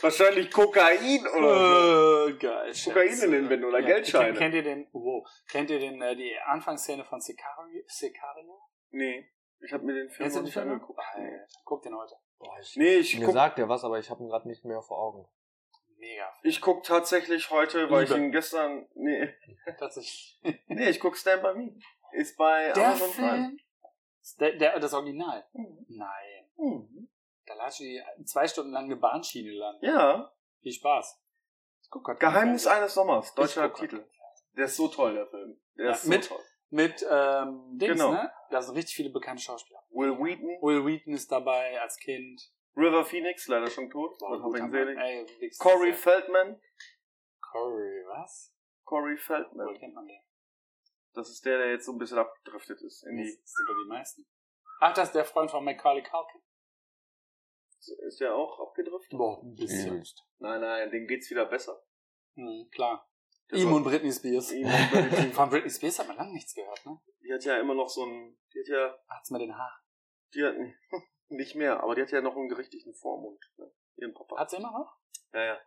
Speaker 2: Wahrscheinlich Kokain oder so.
Speaker 3: Äh, geil.
Speaker 2: Kokain in den Wänden oder Geldscheine.
Speaker 3: Kennt, kennt ihr den, wow, kennt ihr den, äh, die Anfangsszene von Sicario? Sicario?
Speaker 2: Nee. Ich habe mir den Film
Speaker 3: Kennst du den
Speaker 2: noch nicht
Speaker 3: Film?
Speaker 2: angeguckt.
Speaker 3: Alter, guck den heute.
Speaker 4: Boah, ich,
Speaker 2: Nee, ich
Speaker 4: mir
Speaker 2: guck,
Speaker 4: sagt er was, aber ich habe ihn gerade nicht mehr vor Augen.
Speaker 3: Mega.
Speaker 2: ich guck tatsächlich heute, weil ich
Speaker 3: Liebe.
Speaker 2: ihn gestern. Nee.
Speaker 3: Tatsächlich.
Speaker 2: Nee, ich guck Stand by Me. Ist bei
Speaker 3: Der
Speaker 2: Amazon Prime.
Speaker 3: Film? Der, der, das Original?
Speaker 2: Mhm.
Speaker 3: Nein.
Speaker 2: Hm.
Speaker 3: Da latscht die zwei Stunden lang eine Bahnschiene lang.
Speaker 2: Ja.
Speaker 3: Viel Spaß. Guck Gott.
Speaker 2: Geheimnis eines Sommers.
Speaker 3: Ich
Speaker 2: Deutscher
Speaker 3: guck-
Speaker 2: Titel. Der ist so toll, der Film. Der
Speaker 3: Ja,
Speaker 2: ist so
Speaker 3: mit-
Speaker 2: toll.
Speaker 3: Mit, ähm, Dings,
Speaker 2: Genau.
Speaker 3: ne? Da sind richtig viele bekannte Schauspieler.
Speaker 2: Will Wheaton.
Speaker 3: Will Wheaton ist dabei als Kind.
Speaker 2: River Phoenix, leider schon tot. Gott hab
Speaker 3: guter
Speaker 2: ihn
Speaker 3: Mann.
Speaker 2: selig.
Speaker 3: Ey, nix zu
Speaker 2: Corey
Speaker 3: sagen.
Speaker 2: Feldman.
Speaker 3: Corey, was?
Speaker 2: Corey
Speaker 3: Woher
Speaker 2: Feldman.
Speaker 3: kennt man den?
Speaker 2: Das ist der, der jetzt so ein bisschen abgedriftet ist. In
Speaker 3: Das
Speaker 2: die,
Speaker 3: sind doch die meisten. Ach, das ist der Freund von Macaulay Culkin.
Speaker 2: ist der auch abgedriftet?
Speaker 3: Boah, ein
Speaker 4: Übelst.
Speaker 2: Nein, nein, dem geht's wieder besser.
Speaker 3: Hm, klar.
Speaker 2: Der
Speaker 3: Ihm
Speaker 2: soll-
Speaker 3: und Britney Spears.
Speaker 2: Ihm und Britney-
Speaker 3: Von Britney Spears hat man lange nichts gehört, ne?
Speaker 2: die hat ja immer noch so ein, die hat ja,
Speaker 3: Hat's mit den Haaren.
Speaker 2: die hat, <laughs> nicht mehr, aber die hat ja noch einen richtigen Vormund, ne? ihren Papa.
Speaker 3: Hat's immer noch?
Speaker 2: Ja, ja.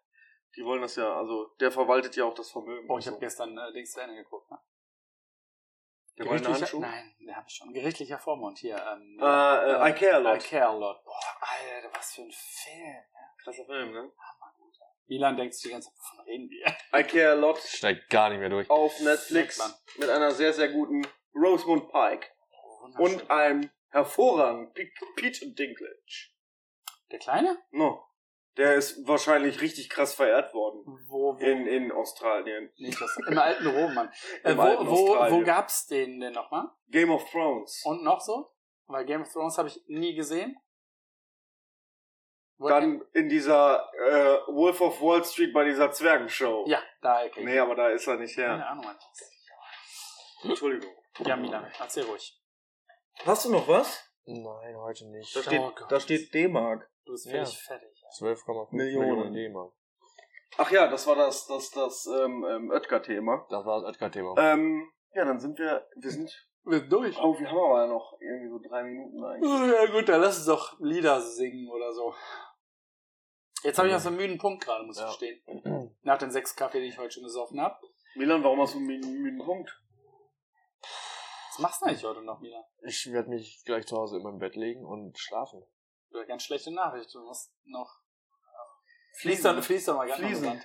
Speaker 2: Die wollen das ja, also, der verwaltet ja auch das Vermögen.
Speaker 3: Oh, ich habe
Speaker 2: der
Speaker 3: gestern äh, Dings zu Ende geguckt, ne?
Speaker 2: der goldene
Speaker 3: Gerichtlicher-
Speaker 2: Handschuh.
Speaker 3: Nein, den hab ich schon. Gerichtlicher Vormund hier. Ähm,
Speaker 2: Äh, äh, I care a lot.
Speaker 3: I care a lot. Boah, Alter, was für ein Film.
Speaker 2: Krasser Film, ne?
Speaker 3: Milan denkt sich die ganze Zeit, wovon reden wir? <laughs>
Speaker 2: I care a lot
Speaker 4: Steigt gar nicht mehr durch.
Speaker 2: auf Netflix
Speaker 3: Merkt
Speaker 2: mit einer sehr, sehr guten Rosemund Pike
Speaker 3: Oh, Wunderschön.
Speaker 2: und einem hervorragenden Pe- Peter Dinklage.
Speaker 3: der Kleine?
Speaker 2: No. Der ist wahrscheinlich richtig krass verehrt worden.
Speaker 3: Wo, wo
Speaker 2: In, in Australien.
Speaker 3: Nicht das, Im alten Rom,
Speaker 2: <laughs>
Speaker 3: Mann. Äh,
Speaker 2: Im
Speaker 3: wo,
Speaker 2: alten
Speaker 3: wo, wo
Speaker 2: Australien.
Speaker 3: gab's den denn nochmal?
Speaker 2: Game of Thrones.
Speaker 3: Und noch so? Weil Game of Thrones habe ich nie gesehen. Wo-
Speaker 2: Dann in dieser äh, Wolf of Wall Street bei dieser Zwergenshow.
Speaker 3: Ja, da krieg ich.
Speaker 2: Nee, aber da ist er nicht
Speaker 3: Keine
Speaker 2: her.
Speaker 3: Ahnung, Mann.
Speaker 2: Entschuldigung.
Speaker 3: Ja, Milan, erzähl ruhig.
Speaker 2: Hast du noch was?
Speaker 4: Nein, heute nicht.
Speaker 2: Da steht,
Speaker 3: Oh Gott.
Speaker 2: da steht D-Mark.
Speaker 3: Du bist
Speaker 4: Ja.
Speaker 3: völlig fertig.
Speaker 4: 12,5
Speaker 2: Millionen.
Speaker 4: Millionen. Thema.
Speaker 2: Ach ja, das war das, das, das ähm, ähm, Oetker-Thema.
Speaker 4: Das war das Oetker-Thema.
Speaker 2: Ähm, ja, dann sind wir, wir sind,
Speaker 3: Wir sind durch.
Speaker 2: oh, wir haben aber noch irgendwie so drei Minuten eigentlich.
Speaker 3: Ja gut, dann lass uns doch Lieder singen oder so. Jetzt habe ich auch so einen müden Punkt gerade, muss ich
Speaker 4: Ja.
Speaker 3: gestehen. Nach den sechs Kaffee, die ich heute schon gesoffen habe.
Speaker 2: Milan, warum hast du einen mü- müden Punkt?
Speaker 3: Was machst du eigentlich heute noch, Milan?
Speaker 4: <clears throat> Ich werde mich gleich zu Hause in mein Bett legen und schlafen.
Speaker 3: Du hast ganz schlechte Nachricht. Du musst noch... Fließt doch, fließt doch mal ganz
Speaker 2: Fliesen.
Speaker 3: normal.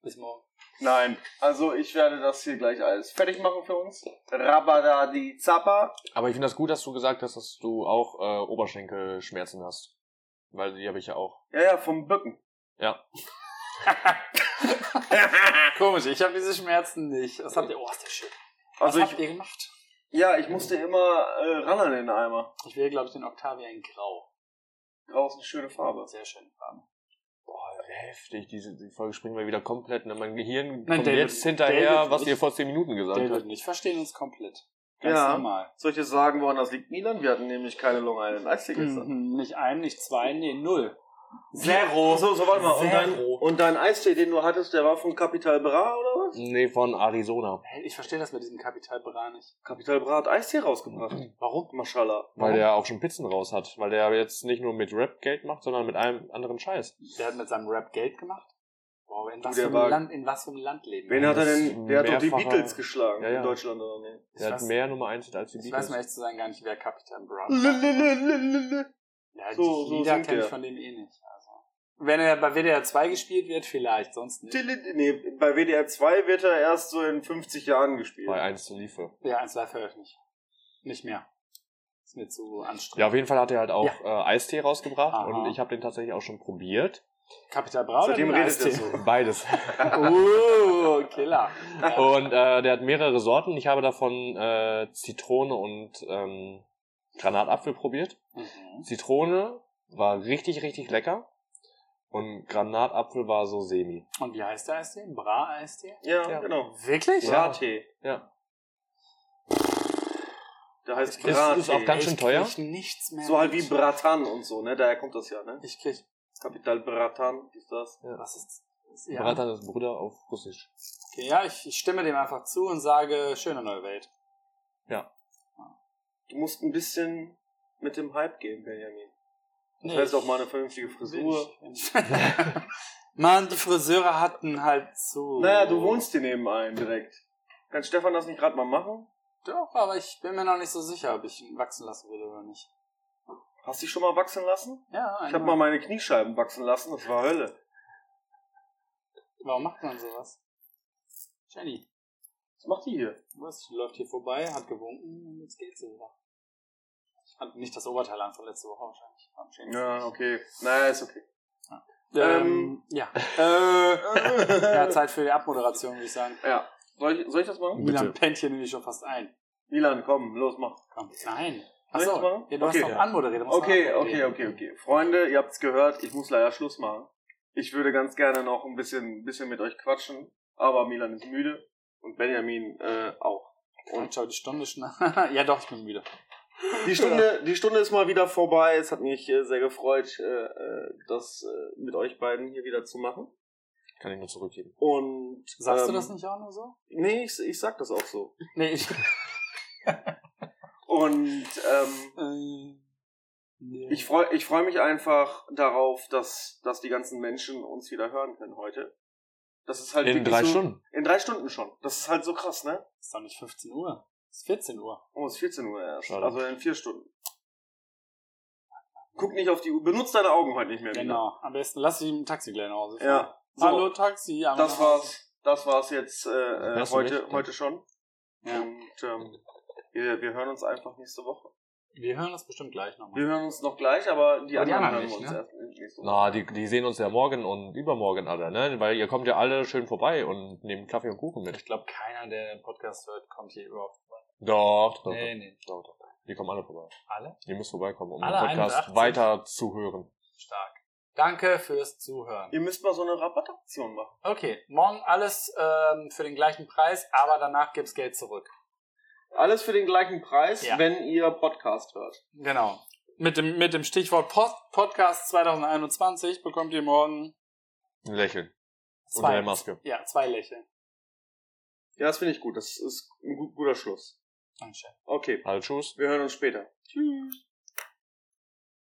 Speaker 3: Bis morgen.
Speaker 2: Nein, also ich werde das hier gleich alles fertig machen für uns. Rabadadi Zappa.
Speaker 4: Aber ich finde das gut, dass du gesagt hast, dass du auch äh, Oberschenkelschmerzen hast. Weil die habe ich ja auch.
Speaker 2: Ja, ja, vom Bücken.
Speaker 4: Ja.
Speaker 3: Komisch, ich habe diese Schmerzen nicht. Was habt ihr? Oh, ist das schön. Was
Speaker 2: Also
Speaker 3: habt
Speaker 2: ich,
Speaker 3: ihr gemacht?
Speaker 2: ja, ich musste immer äh, ran an den Eimer.
Speaker 3: Ich wähle, glaube ich, den Octavia in Grau.
Speaker 2: Draußen schöne Farbe.
Speaker 3: Sehr schöne Farbe.
Speaker 4: Boah, heftig. Diese die Folge springen wir wieder komplett. Ne? Mein Gehirn
Speaker 3: Nein,
Speaker 4: kommt
Speaker 3: David,
Speaker 4: jetzt hinterher,
Speaker 3: David,
Speaker 4: was
Speaker 3: ich-
Speaker 4: ihr vor zehn Minuten gesagt
Speaker 3: David
Speaker 4: habt.
Speaker 3: und ich verstehen uns komplett. Ganz
Speaker 2: Ja.
Speaker 3: normal.
Speaker 2: Soll ich jetzt sagen, woran das liegt, Milan? Wir hatten nämlich keine Long Island Eistee gestern.
Speaker 3: Mhm. Nicht ein, nicht zwei, nee, null. Zero.
Speaker 2: So, so, warte mal. Und dein,
Speaker 3: Zero.
Speaker 2: und dein Eistee, den du hattest, der war von Capital Bra oder was?
Speaker 4: Nee, von Arizona.
Speaker 3: Hey, Ich verstehe das mit diesem Kapital Bra nicht.
Speaker 2: Capital Bra hat Eistee rausgebracht.
Speaker 4: Mhm.
Speaker 3: Warum?
Speaker 2: Maschallah.
Speaker 4: Weil der auch schon Pizzen raus hat. Weil der jetzt nicht nur mit Rap Geld macht, sondern mit allem anderen Scheiß.
Speaker 3: Der hat mit seinem Rap Geld gemacht. Wow, in was,
Speaker 2: der
Speaker 3: für einem
Speaker 2: war-
Speaker 3: Land, in was für einem Land leben
Speaker 2: Wen
Speaker 3: wir?
Speaker 2: hat er denn? Der hat doch die
Speaker 4: Mehrfacher-
Speaker 2: Beatles geschlagen
Speaker 4: Ja, ja.
Speaker 2: in Deutschland oder nicht?
Speaker 4: Der
Speaker 3: Ich
Speaker 4: hat
Speaker 3: weiß-
Speaker 4: mehr Nummer 1 Hit als die
Speaker 3: Ich weiß mal
Speaker 4: Beatles.
Speaker 3: echt zu sagen gar nicht, wer Kapital Bra war.
Speaker 2: Lulululululul.
Speaker 3: Ja,
Speaker 2: So-
Speaker 3: so,
Speaker 2: so
Speaker 3: die Lieder
Speaker 2: singt
Speaker 3: kenne ich
Speaker 2: er.
Speaker 3: von dem eh nicht. Also. Wenn er bei WDR 2 gespielt wird, vielleicht, sonst nicht.
Speaker 2: Tilly- Nee, bei WDR 2 wird er erst so in 50 Jahren gespielt.
Speaker 4: Bei 1 zu Liefe.
Speaker 3: Ja, 1 live höre ich nicht. Nicht mehr. Ist mir zu
Speaker 4: Ja,
Speaker 3: anstrengend.
Speaker 4: auf jeden Fall hat er halt auch äh, Eistee rausgebracht
Speaker 3: Aha.
Speaker 4: und ich habe den tatsächlich auch schon probiert.
Speaker 3: Kapital Bra oder
Speaker 2: Seitdem
Speaker 3: den
Speaker 2: redet er
Speaker 3: Eistee?
Speaker 2: so.
Speaker 4: Beides.
Speaker 3: <laughs> Oh,
Speaker 2: <laughs>
Speaker 3: Killer.
Speaker 4: und äh, der hat mehrere Sorten. Ich habe davon äh, Zitrone und ähm, Granatapfel probiert.
Speaker 3: Mhm.
Speaker 4: Zitrone war richtig, richtig lecker. Und Granatapfel war so semi.
Speaker 3: Und wie heißt der Eistee? Bra-Eistee?
Speaker 2: Ja,
Speaker 4: <laughs> Ja.
Speaker 2: genau.
Speaker 3: Wirklich?
Speaker 4: Ja.
Speaker 2: Bra-Tee.
Speaker 4: Ja.
Speaker 2: Der heißt
Speaker 4: Ist- ist
Speaker 2: Bra-Tee.
Speaker 4: auch ganz- schön
Speaker 3: ich
Speaker 4: teuer.
Speaker 3: Krieg nichts mehr.
Speaker 2: so halt wie
Speaker 3: mit.
Speaker 2: Bratan und so, ne? Daher kommt das ja, ne?
Speaker 3: Ich krieg.
Speaker 2: Kapital Bratan ist das.
Speaker 3: Was ist. ist
Speaker 4: Ja.
Speaker 3: ja.
Speaker 4: Bratan ist Bruder auf Russisch.
Speaker 3: Okay, ja, ich, ich stimme dem einfach zu und sage, schöne neue Welt.
Speaker 2: Du musst ein bisschen mit dem Hype gehen, Benjamin.
Speaker 3: Nee,
Speaker 2: Du hast auch mal eine vernünftige Frisur.
Speaker 3: <laughs> Mann, die Friseure hatten halt zu.
Speaker 2: Naja, du wohnst dir nebenein direkt. Kann Stefan das nicht gerade mal machen?
Speaker 3: Doch, aber ich bin mir noch nicht so sicher, ob ich ihn wachsen lassen will oder nicht.
Speaker 2: Hast dich schon mal wachsen lassen?
Speaker 3: Ja,
Speaker 2: Ich habe mal meine Kniescheiben wachsen lassen, das war Hölle.
Speaker 3: Warum macht man sowas? Jenny,
Speaker 2: Was macht die hier?
Speaker 3: was? Die läuft hier vorbei, hat gewunken und jetzt geht sie wieder. Hat nicht das Oberteil an von letzte Woche wahrscheinlich. Am Jenny.
Speaker 2: Ja, okay. Naja, ist okay.
Speaker 3: Ähm, ja. Äh,
Speaker 2: <laughs>
Speaker 3: ja, Zeit für die Abmoderation, würde ich sagen.
Speaker 2: ja. Soll ich, soll ich das machen?
Speaker 3: Milan pennt hier nämlich schon fast ein.
Speaker 2: Milan, komm, los, mach.
Speaker 3: Komm. Nein.
Speaker 2: Soll
Speaker 3: Achso,
Speaker 2: ich's machen?
Speaker 3: ja, du
Speaker 2: Okay.
Speaker 3: hast doch anmoderiert. du musst
Speaker 2: Okay,
Speaker 3: noch
Speaker 2: okay,
Speaker 3: anmoderieren.
Speaker 2: okay, okay. Freunde, ihr habt's gehört, ich muss leider Schluss machen. Ich würde ganz gerne noch ein bisschen, ein bisschen mit euch quatschen, aber Milan ist müde und Benjamin äh, auch.
Speaker 3: Und schau, die Stunde schon. <laughs> ja, doch, ich bin müde.
Speaker 2: Die Stunde, die Stunde ist mal wieder vorbei. Es hat mich äh, sehr gefreut, äh, äh, das äh, mit euch beiden hier wieder zu machen.
Speaker 4: Kann ich nur zurückgeben.
Speaker 2: Und
Speaker 3: Sagst du
Speaker 2: ähm,
Speaker 3: das nicht auch nur so?
Speaker 2: Nee, ich, ich sag das auch so.
Speaker 3: Nee,
Speaker 2: <laughs>
Speaker 3: ich.
Speaker 2: Und ähm,
Speaker 3: Äh, nee.
Speaker 2: ich freue ich freu mich einfach darauf, dass, dass die ganzen Menschen uns wieder hören können heute. Das ist halt
Speaker 4: In
Speaker 2: wirklich
Speaker 4: drei
Speaker 2: so,
Speaker 4: Stunden.
Speaker 2: In drei Stunden schon. Das ist halt so krass, ne?
Speaker 3: Ist doch nicht 15 Uhr. Ist 14 Uhr.
Speaker 2: Oh, es ist 14 Uhr erst.
Speaker 4: Schade.
Speaker 2: Also in vier Stunden. Guck nicht auf die Uhr. Benutz deine Augen heute nicht mehr. Lina.
Speaker 3: Genau. Am besten lass dich im Taxi gleich nach Hause fahren.
Speaker 2: Ja. So,
Speaker 3: Hallo Taxi. genau. einmal
Speaker 2: Das
Speaker 3: nach Hause.
Speaker 2: war's. Das war's jetzt äh, äh,
Speaker 4: Hörst du
Speaker 2: heute,
Speaker 4: mich?
Speaker 2: heute schon.
Speaker 3: Ja.
Speaker 2: Und ähm, wir, wir hören uns einfach nächste Woche.
Speaker 3: Wir hören das bestimmt gleich
Speaker 2: Wir
Speaker 3: nochmal.
Speaker 2: hören uns noch gleich, aber die
Speaker 3: Aber die
Speaker 2: anderen
Speaker 3: anderen
Speaker 2: hören wir
Speaker 3: nicht,
Speaker 2: uns
Speaker 3: ne?
Speaker 2: erst nächste Woche.
Speaker 4: Na, die, die sehen uns ja morgen und übermorgen alle, ne? Weil ihr kommt ja alle schön vorbei und nehmt Kaffee und Kuchen mit.
Speaker 3: Ich glaube, keiner, der den Podcast hört, kommt hier überhaupt.
Speaker 4: Doch, doch, doch.
Speaker 3: Nee, nee.
Speaker 4: doch, doch. Die kommen alle vorbei.
Speaker 3: Alle?
Speaker 4: Ihr müsst vorbeikommen, um
Speaker 3: Alle
Speaker 4: den Podcast
Speaker 3: 81?
Speaker 4: weiter zu hören.
Speaker 3: Stark. Danke fürs Zuhören.
Speaker 2: Ihr müsst mal so eine Rabattaktion machen.
Speaker 3: Okay, morgen alles ähm, für den gleichen Preis, aber danach gibt's Geld zurück.
Speaker 2: Alles für den gleichen Preis,
Speaker 3: Ja.
Speaker 2: wenn ihr Podcast hört.
Speaker 3: Genau. Mit dem, mit dem Stichwort Post Podcast 2021 bekommt ihr morgen
Speaker 4: Ein Lächeln.
Speaker 3: zwei.
Speaker 4: Unter der Maske.
Speaker 3: Ja, zwei Lächeln.
Speaker 2: Ja, das finde ich gut. Das ist ein gu- guter Schluss.
Speaker 3: Dankeschön.
Speaker 2: Okay,
Speaker 4: Also tschüss.
Speaker 2: wir hören uns später. Tschüss.